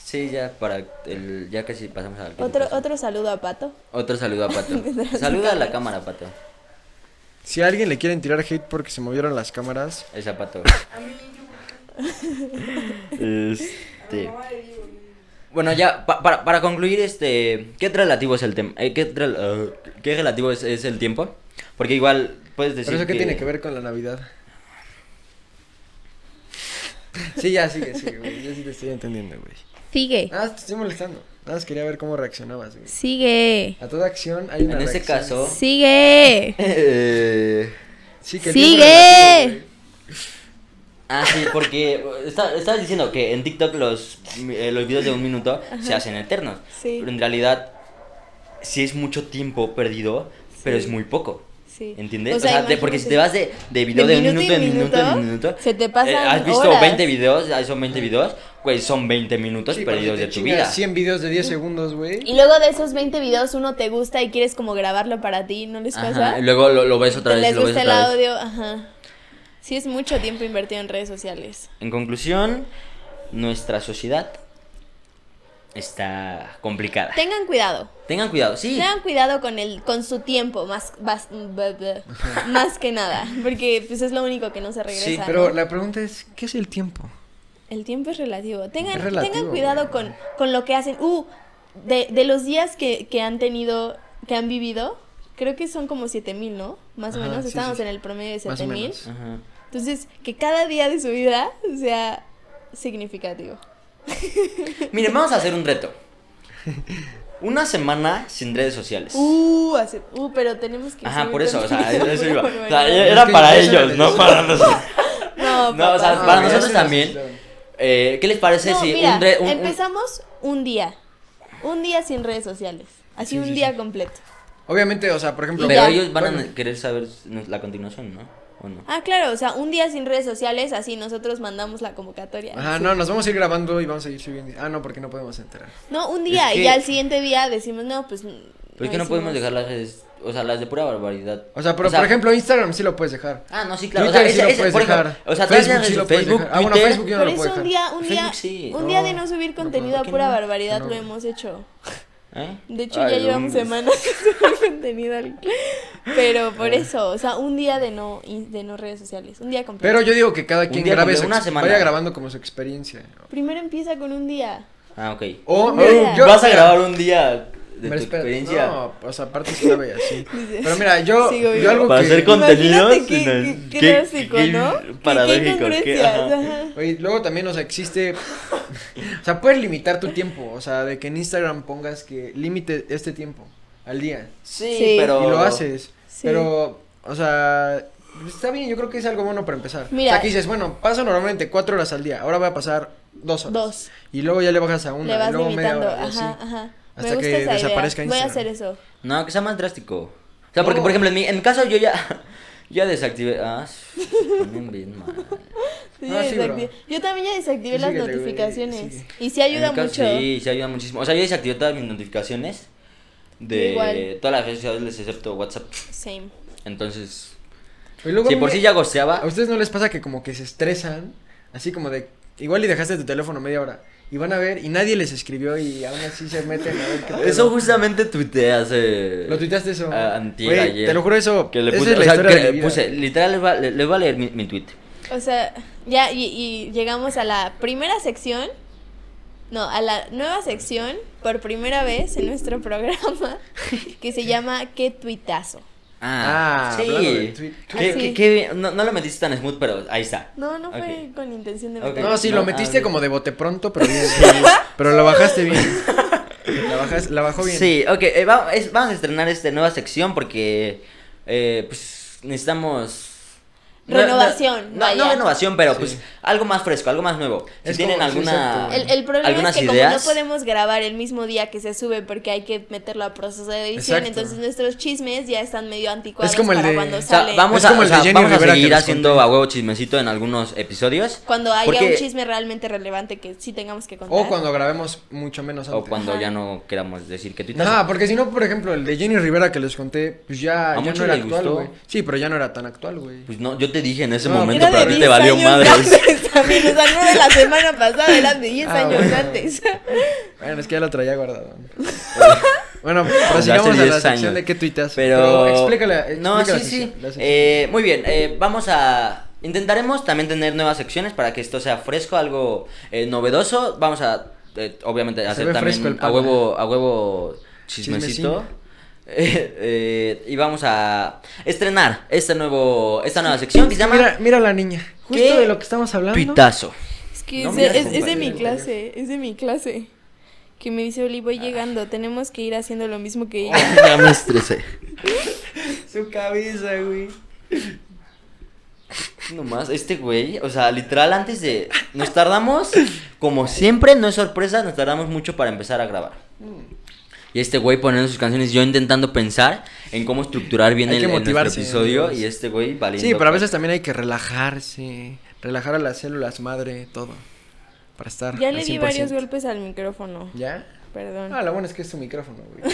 Sí, ya para el ya casi pasamos al Otro, otro saludo a Pato. Otro saludo a Pato. Saluda a la cámara, Pato. Si a alguien le quieren tirar hate porque se movieron las cámaras. Esa Pato. Este. Bueno, ya, pa- para, para concluir, este, ¿qué relativo es el tema? ¿qué, rel- eh, ¿Qué relativo es, es el tiempo? Porque igual puedes decir ¿Pero eso qué tiene que ver con la Navidad? Sí, ya sigue, sigue, güey. Yo sí te estoy entendiendo, güey. Sigue. Ah, te estoy molestando. Nada más quería ver cómo reaccionabas, güey. Sigue. A toda acción hay una En ese reacción. caso... Sigue. eh, Sí, que el ¡Sigue! tiempo relativo, güey. Ah, sí, porque eh, está- estabas diciendo que en TikTok los, eh, los videos de un minuto se hacen eternos. Sí. Pero en realidad, sí es mucho tiempo perdido, pero es muy poco. Sí. ¿Entiendes? O sea, de- porque si te vas imagínate. de, de video de, De un minuto, minuto en en minuto, en minuto, minuto. eh, se te pasan ¿Has visto horas. 20 videos? Ah, Son 20 videos. Güey, son 20 minutos Sí, cuando perdidos te de tu chingas vida. 100 videos de 10 segundos, Y güey. luego de esos 20 videos uno te gusta y quieres como grabarlo para ti, ¿no les Ajá, pasa? y luego lo, lo ves otra Te vez. les Lo ves gusta el otra vez. audio, ajá. Sí, es mucho tiempo invertido en redes sociales. En conclusión, nuestra sociedad está complicada. Tengan cuidado. Tengan cuidado, sí. Tengan cuidado con el con su tiempo más vas- bla, bla, más que nada, porque pues es lo único que no se regresa. Sí, ¿no? Pero la pregunta es, ¿qué es el tiempo? El tiempo es relativo. Tengan, Es relativo, tengan cuidado güey. con, con lo que hacen. Uh, de, de los días que, que han tenido, que han vivido, creo que son como 7000, ¿no? Más o Ajá, menos, sí, estábamos sí, sí. en el promedio de Más o 7000. menos. Ajá. Entonces, que cada día de su vida sea significativo. Miren, vamos a hacer un reto. Una semana sin redes sociales. Uh, hace- uh, pero tenemos que. Ajá, subir por eso, o sea, contenido, eso pero iba. bueno, O sea, bueno. era Es que para ya se ellos, no regresó. para nosotros. No, No, o sea, papá. para Ah, nosotros sí, también. sí, sí. Eh, ¿Qué les parece No, si mira, un, re- un- un- empezamos un día. Un día sin redes sociales. Así Sí, un sí, día sí. completo. Obviamente, o sea, por ejemplo... Pero ya. ellos van Bueno. a querer saber la continuación, ¿no? ¿O no? Ah, claro, o sea, un día sin redes sociales, así nosotros mandamos la convocatoria. Ajá, no, nos vamos a ir grabando y vamos a ir subiendo. Ah, no, porque no podemos entrar. No, un día Es que- y ya al siguiente día decimos, no, pues. Pero es que no podemos dejar las redes, o sea, las de pura barbaridad. O sea, pero por ejemplo, Instagram sí lo puedes dejar. Ah, no, sí, claro. Twitter o sea, sí lo ese- ese, puedes por ejemplo, dejar. O sea, Facebook todas las sí redes- lo puedes Facebook, dejar. Ah, bueno, Twitter, Facebook yo no Por lo puedo eso un dejar. día, un día, Facebook sí, un no, día de no subir no contenido puedo. a pura ¿Por qué no? barbaridad No, lo güey. hemos hecho. ¿eh? De hecho, Ay, ya llevamos hombre. semanas sin subir contenido. al- Ah. Pero por eso, o sea, un día de no, in- de no redes sociales. Un día completo. Pero yo digo que cada quien día grabe completo, su una ex- semana. vaya grabando como su experiencia. Primero empieza con un día. Ah, ok. O Mira, mira, yo- Vas a mira, grabar un día de pero tu espera, experiencia. No, pues o sea, parte es clave así. Dice, Pero mira, yo, sigo vivo. yo algo Para que hacer con- contenidos, Imagínate qué, sino- qué- qué, clásico, qué ¿no? Qué- paradójico, qué- Qué incongruencias, ajá. ajá. Oye, luego también, o sea, existe. o sea, puedes limitar tu tiempo. O sea, de que en Instagram pongas que límite este tiempo al día. Sí, Sí. pero. Y lo haces. Sí. Pero, o sea, está bien, yo creo que es algo bueno para empezar. Mira. O sea, que dices, bueno, paso normalmente cuatro horas al día. Ahora voy a pasar dos horas. Dos. Y luego ya le bajas a una. Le vas y luego media limitando. hora. y así. Ajá, ajá. Me Hasta gusta que esa desaparezca idea. Voy a Instagram. Ah, hacer eso. No, que sea más drástico. O sea, porque, No. por ejemplo, en mi, en mi caso yo ya. Ya desactivé. Ah, sí, ponen bien mal. Sí, Ah, sí, yo, bro. desactivé- yo también ya desactivé Sí, las síguele, güey, notificaciones. sigue. Y sí ayuda En mi caso, mucho. Sí, sí ayuda muchísimo. O sea, yo desactivé todas mis notificaciones de Igual. todas las redes sociales excepto WhatsApp. Same. Entonces, Y luego si a por mí sí me- ya goceaba, ¿A ustedes no les pasa que como que se estresan? Así como de, igual y dejaste tu teléfono media hora. Y van a ver, y nadie les escribió y aún así se meten a ver qué pedo. eso justamente tuiteé hace Lo tuiteaste eso. a- antier, Güey, ayer. Te lo juro eso. Que le esa puse, es la o sea, historia que de mi vida. puse, literal, les va- le- les voy a, leer mi, mi tweet. O sea, ya y, y llegamos a la primera sección. No, a la nueva sección por primera vez en nuestro programa que se llama ¿Qué tuitazo? Ah, hablando de tweet. Que- Ah, que- sí. que- no, no lo metiste tan smooth, pero ahí está. No, no fue Ok. con intención de Ok. meter. No, sí, lo No, metiste ah, como de bote pronto, pero bien. Pero la bajaste bien. La, bajas, la bajó bien. Sí, ok, eh, va- es- vamos a estrenar esta nueva sección porque eh, pues, necesitamos... no- no- Renovación, No, no, vaya. renovación, pero Sí. pues algo más fresco, algo más nuevo. Si Es tienen como- sí, alguna... exacto. El, el problema algunas es que ideas, como no podemos grabar el mismo día que se sube porque hay que meterlo a proceso de edición, Exacto. entonces nuestros chismes ya están medio anticuados Es como el para de- cuando O O sea, sale. vamos Es a, como o el sea, de Jenny vamos a Rivera que seguir les haciendo conté. a huevo chismecito en algunos episodios. Cuando haya porque- un chisme realmente relevante que sí tengamos que contar. O cuando grabemos mucho menos antes. O cuando Ajá. ya no queramos decir que tuitas. No, porque si no, por ejemplo, el de Jenny Rivera que les conté, pues ya, A ya muchos no era les actual, gustó. güey. Sí, pero ya no era tan actual, güey. Pues no, yo te dije en ese No, momento, Era pero a de ti 10 te valió años madres. antes, amigos, o sea, no de la semana pasada, eran de 10 Ah, años bueno. antes. Bueno, es que ya lo traía guardado. bueno, prosigamos hace a 10 la sección años. de qué tuitas. Pero. explícala. No, sí, explica la sí. sección, la sección. Eh, muy bien, eh, vamos a. Intentaremos también tener nuevas secciones para que esto sea fresco, algo eh, novedoso. Vamos a, eh, obviamente, hacer ve también fresco el a pan. ¿eh? huevo, a huevo chismecito. Chismecín. Eh, eh, y vamos a estrenar este nuevo, esta nueva sección que se llama Mira, mira la niña. Justo ¿Qué de lo que estamos hablando. Pitazo. Es que No es, me digas de, es- es de compadre, mi güey. clase, es de mi clase. Que me dice Oli, voy Ah. llegando, tenemos que ir haciendo lo mismo que ella. ya me estresé. Su cabeza, güey. Nomás, este güey, o sea, literal antes de... Nos tardamos, como siempre, no es sorpresa, nos tardamos mucho para empezar a grabar. Y este güey poniendo sus canciones, yo intentando pensar en cómo estructurar bien Hay el, que el nuestro motivarse, episodio ¿no? y este güey valiendo. Sí, pero a veces también hay que relajarse. Relajar a las células madre, todo. Para estar. Ya al le di 100%. varios golpes al micrófono, ¿Ya? perdón. Ah, lo bueno es que es tu micrófono, güey.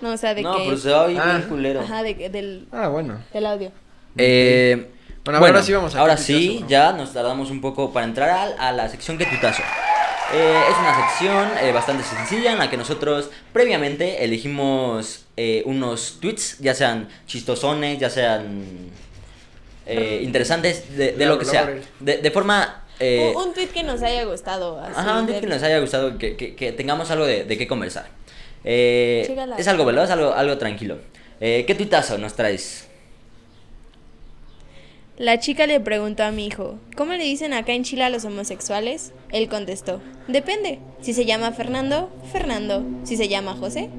No, o sea, de No, que... pero se va bien Ah. culero. Ajá, de que- del, Ah, bueno. del audio. Eh, Bueno, ahora sí vamos a Ahora qué sí, pitazo, ¿no? ya nos tardamos un poco para entrar al- a, la sección que tutazo. Eh, es una sección eh, bastante sencilla en la que nosotros previamente elegimos eh, unos tweets, ya sean chistosones, ya sean eh, interesantes, de, de lo que sea. De, de forma. eh, Un, tweet que nos haya gustado. así, Ajá, un tweet de- que nos haya gustado, que, que- que tengamos algo de, de qué conversar. Eh, Chécala. es algo veloz, algo, algo tranquilo. Eh, ¿Qué tuitazo nos traes? La chica le preguntó a mi hijo, ¿cómo le dicen acá en Chile a los homosexuales? Él contestó, depende. Si se llama Fernando, Fernando. Si se llama José,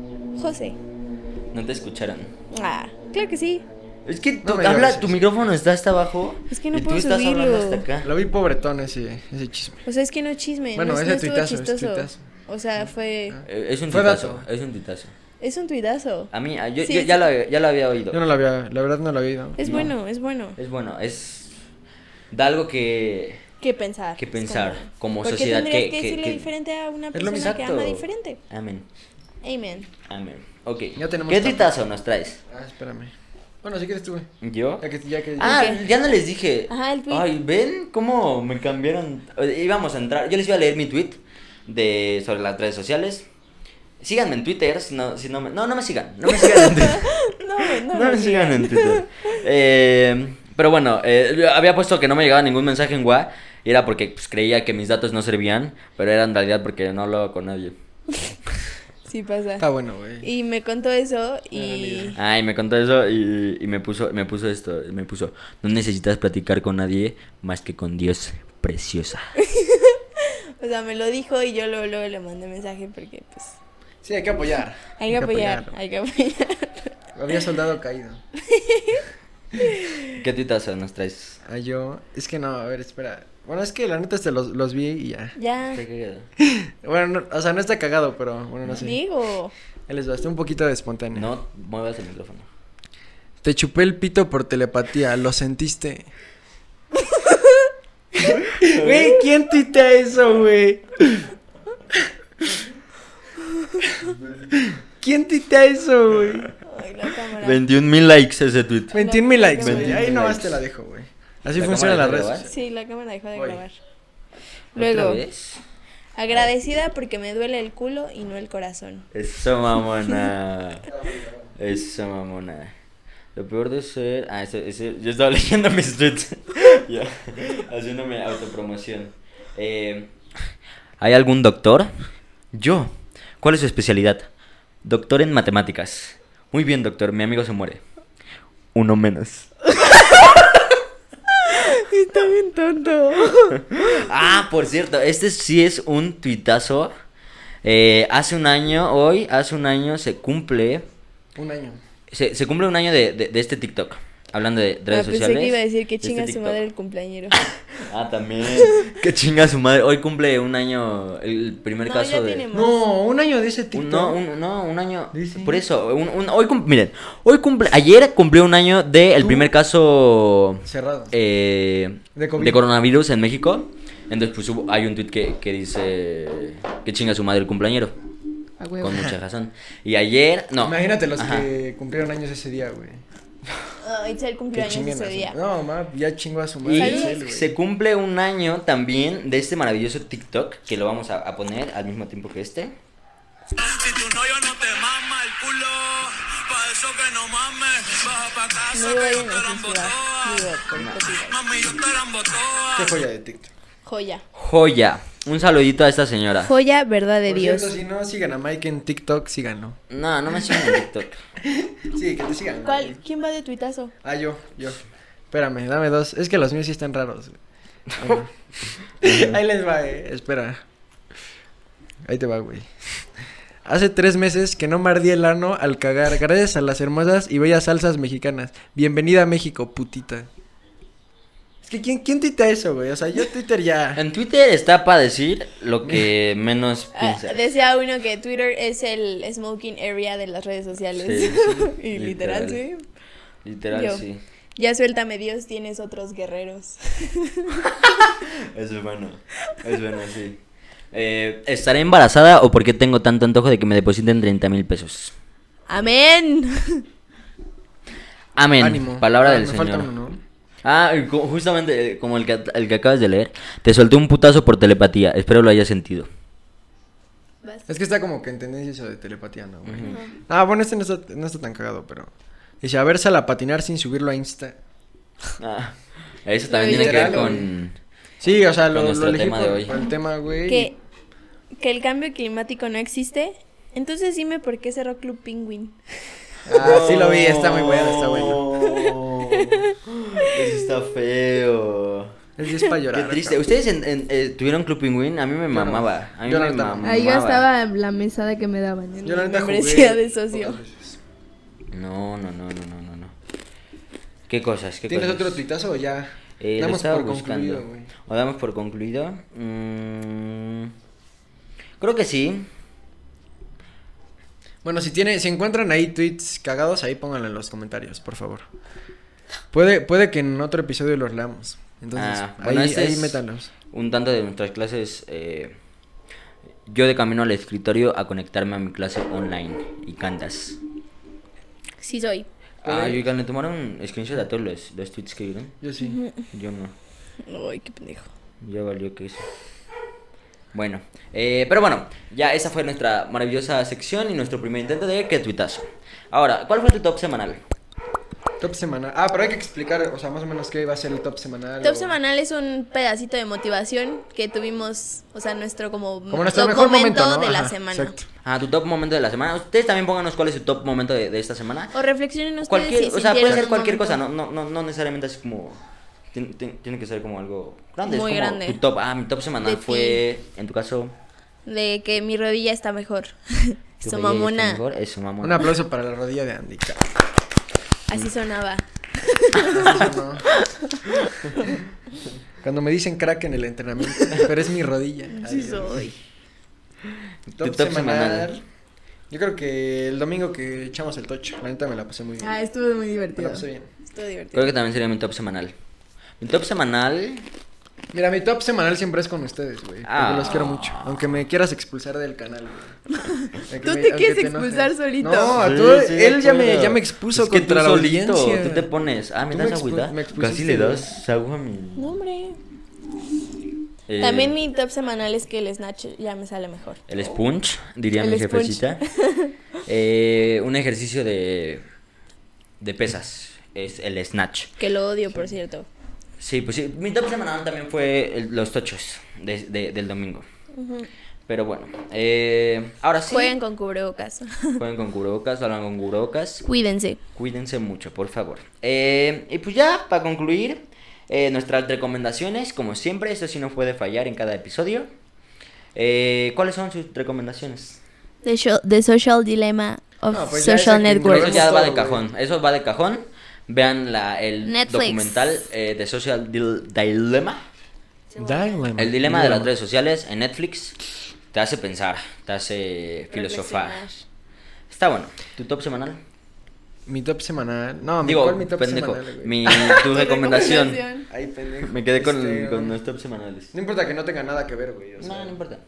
José. No te escucharon. Ah, claro que sí. Es que No tu, me habla, digas tu eso. micrófono está hasta abajo. Es que no y tú puedo estás hablando subirlo. hasta acá. Lo vi pobretón ese, ese chisme. O sea, es que no es chisme. Bueno, no, es- ese no estuvo tuitazo, es chistoso. tuitazo. O sea, fue... Eh, Es un Fue tuitazo, dato. es un tuitazo. Es un tuitazo. A mí, a- yo, Sí, yo sí. ya, lo, había- ya lo había oído. Yo no la había, la verdad no la había ido. Es No. Eh, bueno, es bueno. Es bueno, es... Da algo que... ¿Qué pensar? ¿Qué Es pensar? Como ¿por qué sociedad, tendrías ¿qué- que qué- decirle qué- diferente a una Es lo persona que ama diferente? Amén. Amen. Amén. Ok. Ya tenemos ¿Qué tapa. tuitazo nos traes? Ah, espérame. Bueno, si quieres tú, güey. ¿Yo? Ya que, ya que- Ah, Ok. ya no les dije. Ajá, el tweet. Ay, ¿ven cómo me cambiaron? Eh, Íbamos a entrar. Yo les iba a leer mi tweet de, sobre las redes sociales. Síganme en Twitter. Si no, si no, me, no, no me sigan. No me sigan en Twitter. No, no, no me sigan en Twitter. Eh, pero bueno, eh, yo había puesto que no me llegaba ningún mensaje en WA. Y era porque pues, creía que mis datos no servían. Pero era en realidad porque no hablaba con nadie. Sí pasa. Está bueno, güey. Y me contó eso No, no, y... Ay, me contó eso y, y me puso me puso esto, me puso, no necesitas platicar con nadie más que con Dios, preciosa. O sea, me lo dijo y yo luego, luego le mandé mensaje porque, pues, Sí, hay que apoyar. hay que apoyar, apoyarlo. hay que apoyar. Había soldado caído. ¿Qué tuitazo nos traes? Ah, yo. Es que no, a ver, espera. Bueno, es que la neta este los, los vi y ya. Ya, Bueno, no- o sea, no está cagado, pero bueno, no sé. digo. Él les bastó un poquito de espontáneo. No muevas el micrófono. Te chupé el pito por telepatía, lo sentiste. Güey, ¿quién tuitea eso, güey? ¿Quién tuitea eso, güey? Ay, la cámara. 21 mil likes ese tweet. 21 mil likes, güey. 21,000 Ahí nomás likes. te la dejo, güey. Así ¿La cámara funcionan las de redes grabar? sociales. Sí, la cámara dejó de Voy. grabar. Luego, ¿Otra vez? agradecida porque me duele el culo y no el corazón. Eso mamona. Eso mamona. Lo peor de ser, ah, ese, ese- yo estaba leyendo mis tweets. ya, haciéndome autopromoción. Eh, ¿Hay algún doctor? Yo. ¿Cuál es su especialidad? Doctor en matemáticas. Muy bien, doctor, mi amigo se muere. Uno menos. Está bien tonto. Ah, por cierto, este sí es un tuitazo. Eh, hace un año, hoy, hace un año se cumple. Un año. Se, se cumple un año de, de- de este TikTok. Hablando de redes Ah, pensé sociales. que iba a decir que de este chinga su TikTok. madre el cumpleañero. Ah, también. que chinga su madre. Hoy cumple un año el primer No, caso ya de. tiene más. No, un año de ese Un, TikTok. no, un, no, un año. Dice. Por eso, un- un- hoy cum- miren, hoy cumple, ayer cumplió un año del el Tú. primer caso Cerrado. eh, De COVID. coronavirus en México. Entonces, pues hubo- hay un tweet que, que dice que chinga su madre el cumpleañero. A huevo. Con mucha razón. Y ayer, no. Imagínate los Ajá. que cumplieron años ese día, güey. Ay, el Que cumpleaños chinguen. ese a su- día. No, ma, ya chingo a su madre. Y Itzel, güey. se cumple un año también de este maravilloso TikTok que lo vamos a, a poner al mismo tiempo que este. Si tu novio no te mama el culo, pa' eso que no mames, baja pa' No casa lo que yo vayan te a la censurar. Digo, embotoa. por copyright. Mami, yo te la embotoa. Qué joya de TikTok. Joya. Joya. Un saludito a esta señora. Joya, verdad de Por Dios. cierto, si no sigan a Mike en TikTok, síganlo. No, no me sigan en TikTok. Sí, que te sigan. ¿Cuál? ¿Quién va de tuitazo? Ah, yo, yo. Espérame, dame dos. Es que los míos sí están raros. güey. Bueno. Ahí les va, eh. Espera. Ahí te va, güey. Hace tres meses que no me ardí el ano al cagar gracias a las hermosas y bellas salsas mexicanas. Bienvenida a México, putita. Es que ¿quién, quién tuitea eso, güey? O sea, yo Twitter ya... En Twitter está para decir lo que menos piensa. Ah, decía uno que Twitter es el smoking area de las redes sociales. Sí, sí, y literal, literal. sí. Literal, yo. sí. Ya suéltame Dios, tienes otros guerreros. Es bueno. Es bueno, sí. Eh, ¿Estaré embarazada o por qué tengo tanto antojo de que me depositen 30 mil pesos? Amén. Amén. Ánimo. Palabra Ah, del me Señor. falta uno, ¿no? Ah, y co- justamente eh, como el que, el que acabas de leer. Te solté un putazo por telepatía. Espero lo hayas sentido. Es que está como que en tendencia eso de telepatía, ¿no, güey? Ah, bueno, este no está, no está tan cagado, pero. Dice, a ver, sal a patinar sin subirlo a Insta. Ah, eso también tiene que ver con. Sí, o sea, Con lo, lo nuestro elegí tema de por- hoy. por el tema, güey. Que, que el cambio climático no existe. Entonces dime por qué cerró Club Penguin. Ah, sí lo vi, está muy bueno, Oh. está bueno. bueno. Eso está feo. Es es para llorar. Qué triste. cabrón. ¿Ustedes en- en- eh, tuvieron Club Pingüín? A mí me no. mamaba. A mí Yo me la neta no. mamaba. Ahí yo estaba en la mesada que me daban. ¿eh? Yo la neta jugué Membresía de socio. pocas veces. No, no, no, no, no, no, no. ¿Qué cosas? ¿Qué ¿Tienes cosas? otro tuitazo o ya? Eh, lo Damos estaba por buscando. concluido, güey. ¿O damos por concluido? Mm, creo que sí. Bueno, si tiene, si encuentran ahí tweets cagados, ahí pónganlo en los comentarios, por favor. Puede, puede que en otro episodio los leamos. Entonces, Ah, ahí, bueno, este ahí es métanlos. Un tanto de nuestras clases. eh, yo de camino al escritorio a conectarme a mi clase online. Y cantas. Sí soy. Ah, y oigan, ¿le tomaron screenshot a todos los, los tweets que vieron? Yo sí. Yo no. Ay, qué pendejo. Ya valió que eso. Bueno, eh, pero bueno, ya esa fue nuestra maravillosa sección y nuestro primer intento de que tuitazo. Ahora, ¿cuál fue tu top semanal? Top semanal. Ah, pero hay que explicar, o sea, más o menos qué iba a ser el top semanal. Top o- semanal es un pedacito de motivación que tuvimos, o sea, nuestro como, Como nuestro mejor documento momento ¿no? de la Ajá, semana. Exacto. Ah, tu top momento de la semana. Ustedes también pónganos cuál es su top momento de, de esta semana. O reflexionen ustedes Cualquier, si o sea, puede sintieron ser un cualquier momento- cosa, no, no, no, no necesariamente así como. tien- tien- Tiene, que ser como algo grande. es Muy como grande. Tu top, ah, mi top semanal De ti. fue, en tu caso. De que mi rodilla está mejor. tu bella y Su está mamona. mejor, Eso, Un mamona. aplauso para la rodilla de Andy. cabrón. Así sonaba. Eso no. Cuando me dicen crack en el entrenamiento, pero es mi rodilla. Ay, Sí Dios. soy. Top, Tu top semanal. semanal. Yo creo que el domingo que echamos el tocho, la neta me la pasé muy bien. Ah, estuvo muy Me la divertido. pasé bien. Estuvo divertido. Creo que también sería mi top semanal. Mi top semanal Mira, mi top semanal siempre es con ustedes, güey. porque Ah. los quiero mucho. Aunque me quieras expulsar del canal, güey. Aunque Tú me- te aunque quieres enojes. expulsar solito. No, Sí, tú, sí, de él ya me, acuerdo. ya me expuso Es que contra tú la solito, audiencia. Tú te pones, ah, me Tú das me expu- agüita. me Casi le expusiste, das agua a mi. No, hombre. eh, También mi top semanal es que el snatch ya me sale mejor. El sponge, diría El mi sponge. jefecita. Eh, un ejercicio de. de pesas. Es el snatch. Que lo odio, por cierto. Sí, pues sí. Mi top semanal también fue el- los tochos de- de- del domingo. Pero bueno, eh, ahora sí. Jueguen con cubrebocas. Jueguen con cubrebocas, hablan con cubrebocas. Cuídense. Cuídense mucho, por favor. Eh, y pues ya, para concluir, eh, nuestras recomendaciones, como siempre, eso sí no puede fallar en cada episodio. Eh, ¿Cuáles son sus recomendaciones? The, sho- the Social Dilemma of No, pues ya Social esa que Network. Eso ya todo, va de güey. cajón, eso va de cajón. Vean la, el Netflix. documental eh, de Social Dil- Dilemma. Dilema. El dilema de las redes sociales en Netflix te hace pensar, te hace filosofar. Está bueno. ¿Tu top semanal? Mi top semanal. No, mi, Digo, ¿cuál mi top pendejo, semanal, güey? mi, tu recomendación. Ay, pendejo. Me quedé con, Este, con los tops semanales. No importa que no tenga nada que ver, güey. o sea. No, no importa.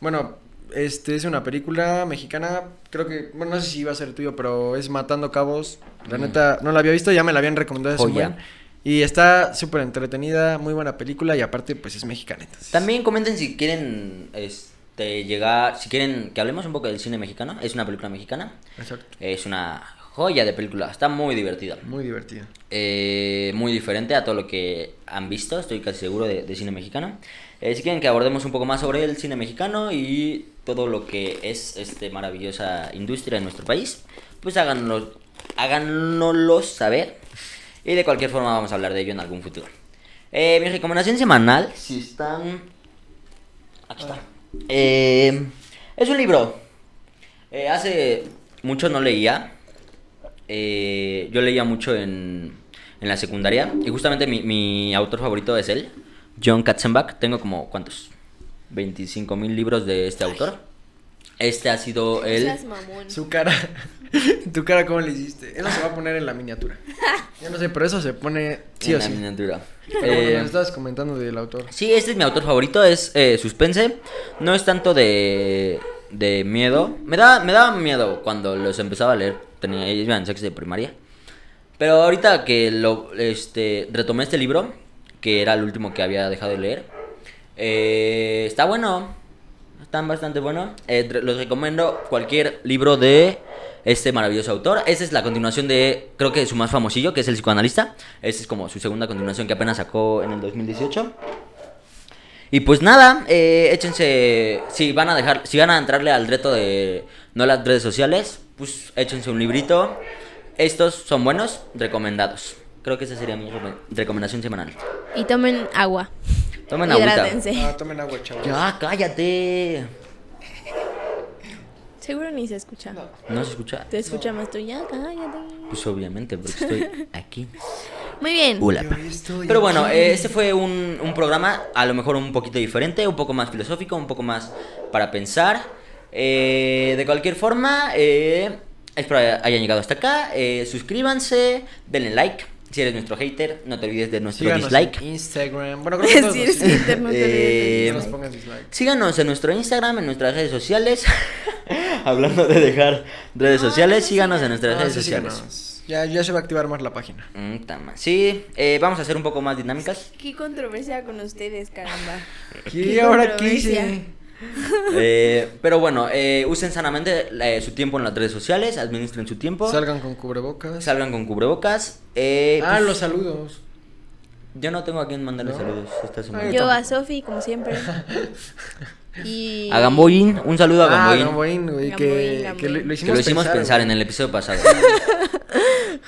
Bueno, este es una película mexicana, creo que, bueno, no sé si iba a ser tuyo, pero es Matando Cabos. La neta, no la había visto, ya me la habían recomendado hace un Mm. Joya. buen. Y está súper entretenida, muy buena película y aparte, pues es mexicana. Entonces. También comenten si quieren este, llegar, si quieren que hablemos un poco del cine mexicano. Es una película mexicana. Exacto. Es una joya de película. Está muy divertida. Muy divertida. Eh, muy diferente a todo lo que han visto, estoy casi seguro, de, de cine mexicano. Eh, si quieren que abordemos un poco más sobre el cine mexicano y todo lo que es esta maravillosa industria en nuestro país, pues háganlo, háganoslo saber. Y de cualquier forma vamos a hablar de ello en algún futuro. Eh, mi recomendación semanal, si están... Aquí está. Eh, es un libro. Eh, hace mucho no leía, eh, yo leía mucho en, en la secundaria y justamente mi, mi autor favorito es él, John Katzenbach. Tengo como, ¿cuántos? 25 mil libros de este autor. Este ha sido el... Su cara, tu cara, ¿cómo le hiciste? Eso se va a poner en la miniatura. Ya no sé, pero eso se pone sí en o la sí. miniatura. Pero Eh, bueno, nos estabas comentando del autor. Sí, este es mi autor favorito, es eh, suspense. No es tanto de, de miedo. Me daba, me daba miedo cuando los empezaba a leer. Tenía, iba en sexto de primaria. Pero ahorita que lo este retomé este libro, que era el último que había dejado de leer, eh, está bueno. Están bastante bueno. Eh, re- los recomiendo cualquier libro de este maravilloso autor. Esta es la continuación de, creo que su más famosillo, que es El psicoanalista. Esta es como su segunda continuación que apenas sacó en el 2018. Y pues nada, eh, échense, si van a dejar, si van a entrarle al reto de no las redes sociales, pues échense un librito. Estos son buenos, recomendados. Creo que esa sería mi recome- recomendación semanal. Y tomen agua. Tomen agüita. Hidrátense. Ah, tomen agua, chavos. Ya, cállate. Seguro ni se escucha. ¿No se escucha? Te escucha más tú ya, cállate. Pues obviamente, porque estoy aquí. Muy bien. Hola. Yo estoy Pero bueno, aquí. eh, este fue un, un programa a lo mejor un poquito diferente, un poco más filosófico, un poco más para pensar. Eh, de cualquier forma, eh, espero hayan llegado hasta acá. Eh, suscríbanse, denle like. Si eres nuestro hater, no te olvides de nuestro Síganos dislike. en Instagram. Bueno, creo que todos Sí, nos es que internet te olvides. Eh, no nos pongan dislike. Síganos en nuestro Instagram, en nuestras redes sociales. Hablando de dejar redes sociales, síganos en nuestras Ah, redes sí, sociales. síganos. Ya, ya se va a activar más la página. Mm, tama- Sí, eh, vamos a hacer un poco más dinámicas. Qué controversia con ustedes, caramba. ¿Y Qué ahora qué controversia. hice? Eh, pero bueno, eh, usen sanamente eh, su tiempo en las redes sociales, administren su tiempo, salgan, Salgan con cubrebocas. con cubrebocas. eh, ah, pues, los saludos. Yo no tengo a quién mandarle No. saludos esta semana. Ay, Yo a tampoco. Sofi, como siempre. Y. A Gamboín, un saludo a Ah, Gamboín, Gamboín, güey, que, Gamboín, que lo, Gamboín. lo que hicimos lo hicimos pensar, güey. en el episodio pasado.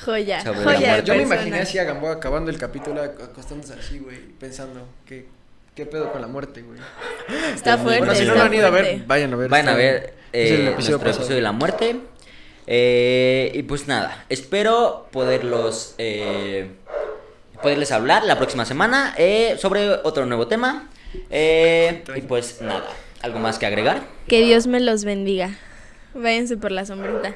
Joya. Sobre la joya de muerte. Yo me persona. imaginé así a Gamboa acabando el capítulo ac- acostándose así, güey, pensando que qué pedo con la muerte, güey. Está fuerte. Bueno, si no está lo han ido a ver, fuerte. vayan a ver. Vayan a está- ver eh, es el nuestro episodio pasado. episodio de la muerte. Eh, y pues nada, espero poderlos eh, poderles hablar la próxima semana eh, sobre otro nuevo tema. Eh, y pues nada, algo más que agregar. Que Dios me los bendiga. Váyanse por la sombrita.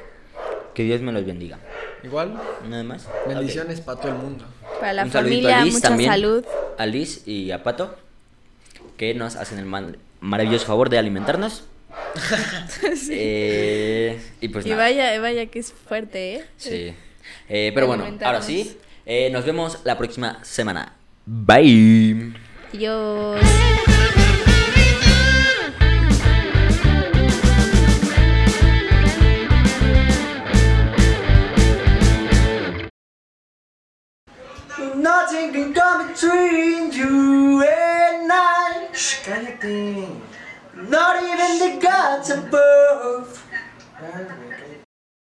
Que Dios me los bendiga. Igual, Nada más. bendiciones para todo el mundo. Para la Un saludito familia, a Liz mucha también. salud. Ok. A Liz y a Pato, que nos hacen el man- maravilloso favor de alimentarnos. Eh, y pues y nada. vaya, vaya que es fuerte, ¿eh? Sí. Eh, pero bueno, ahora Alimentarnos. sí. eh, nos vemos la próxima semana. Bye. Dios. Nothing can come between you and I. Cállate. Not even the gods above.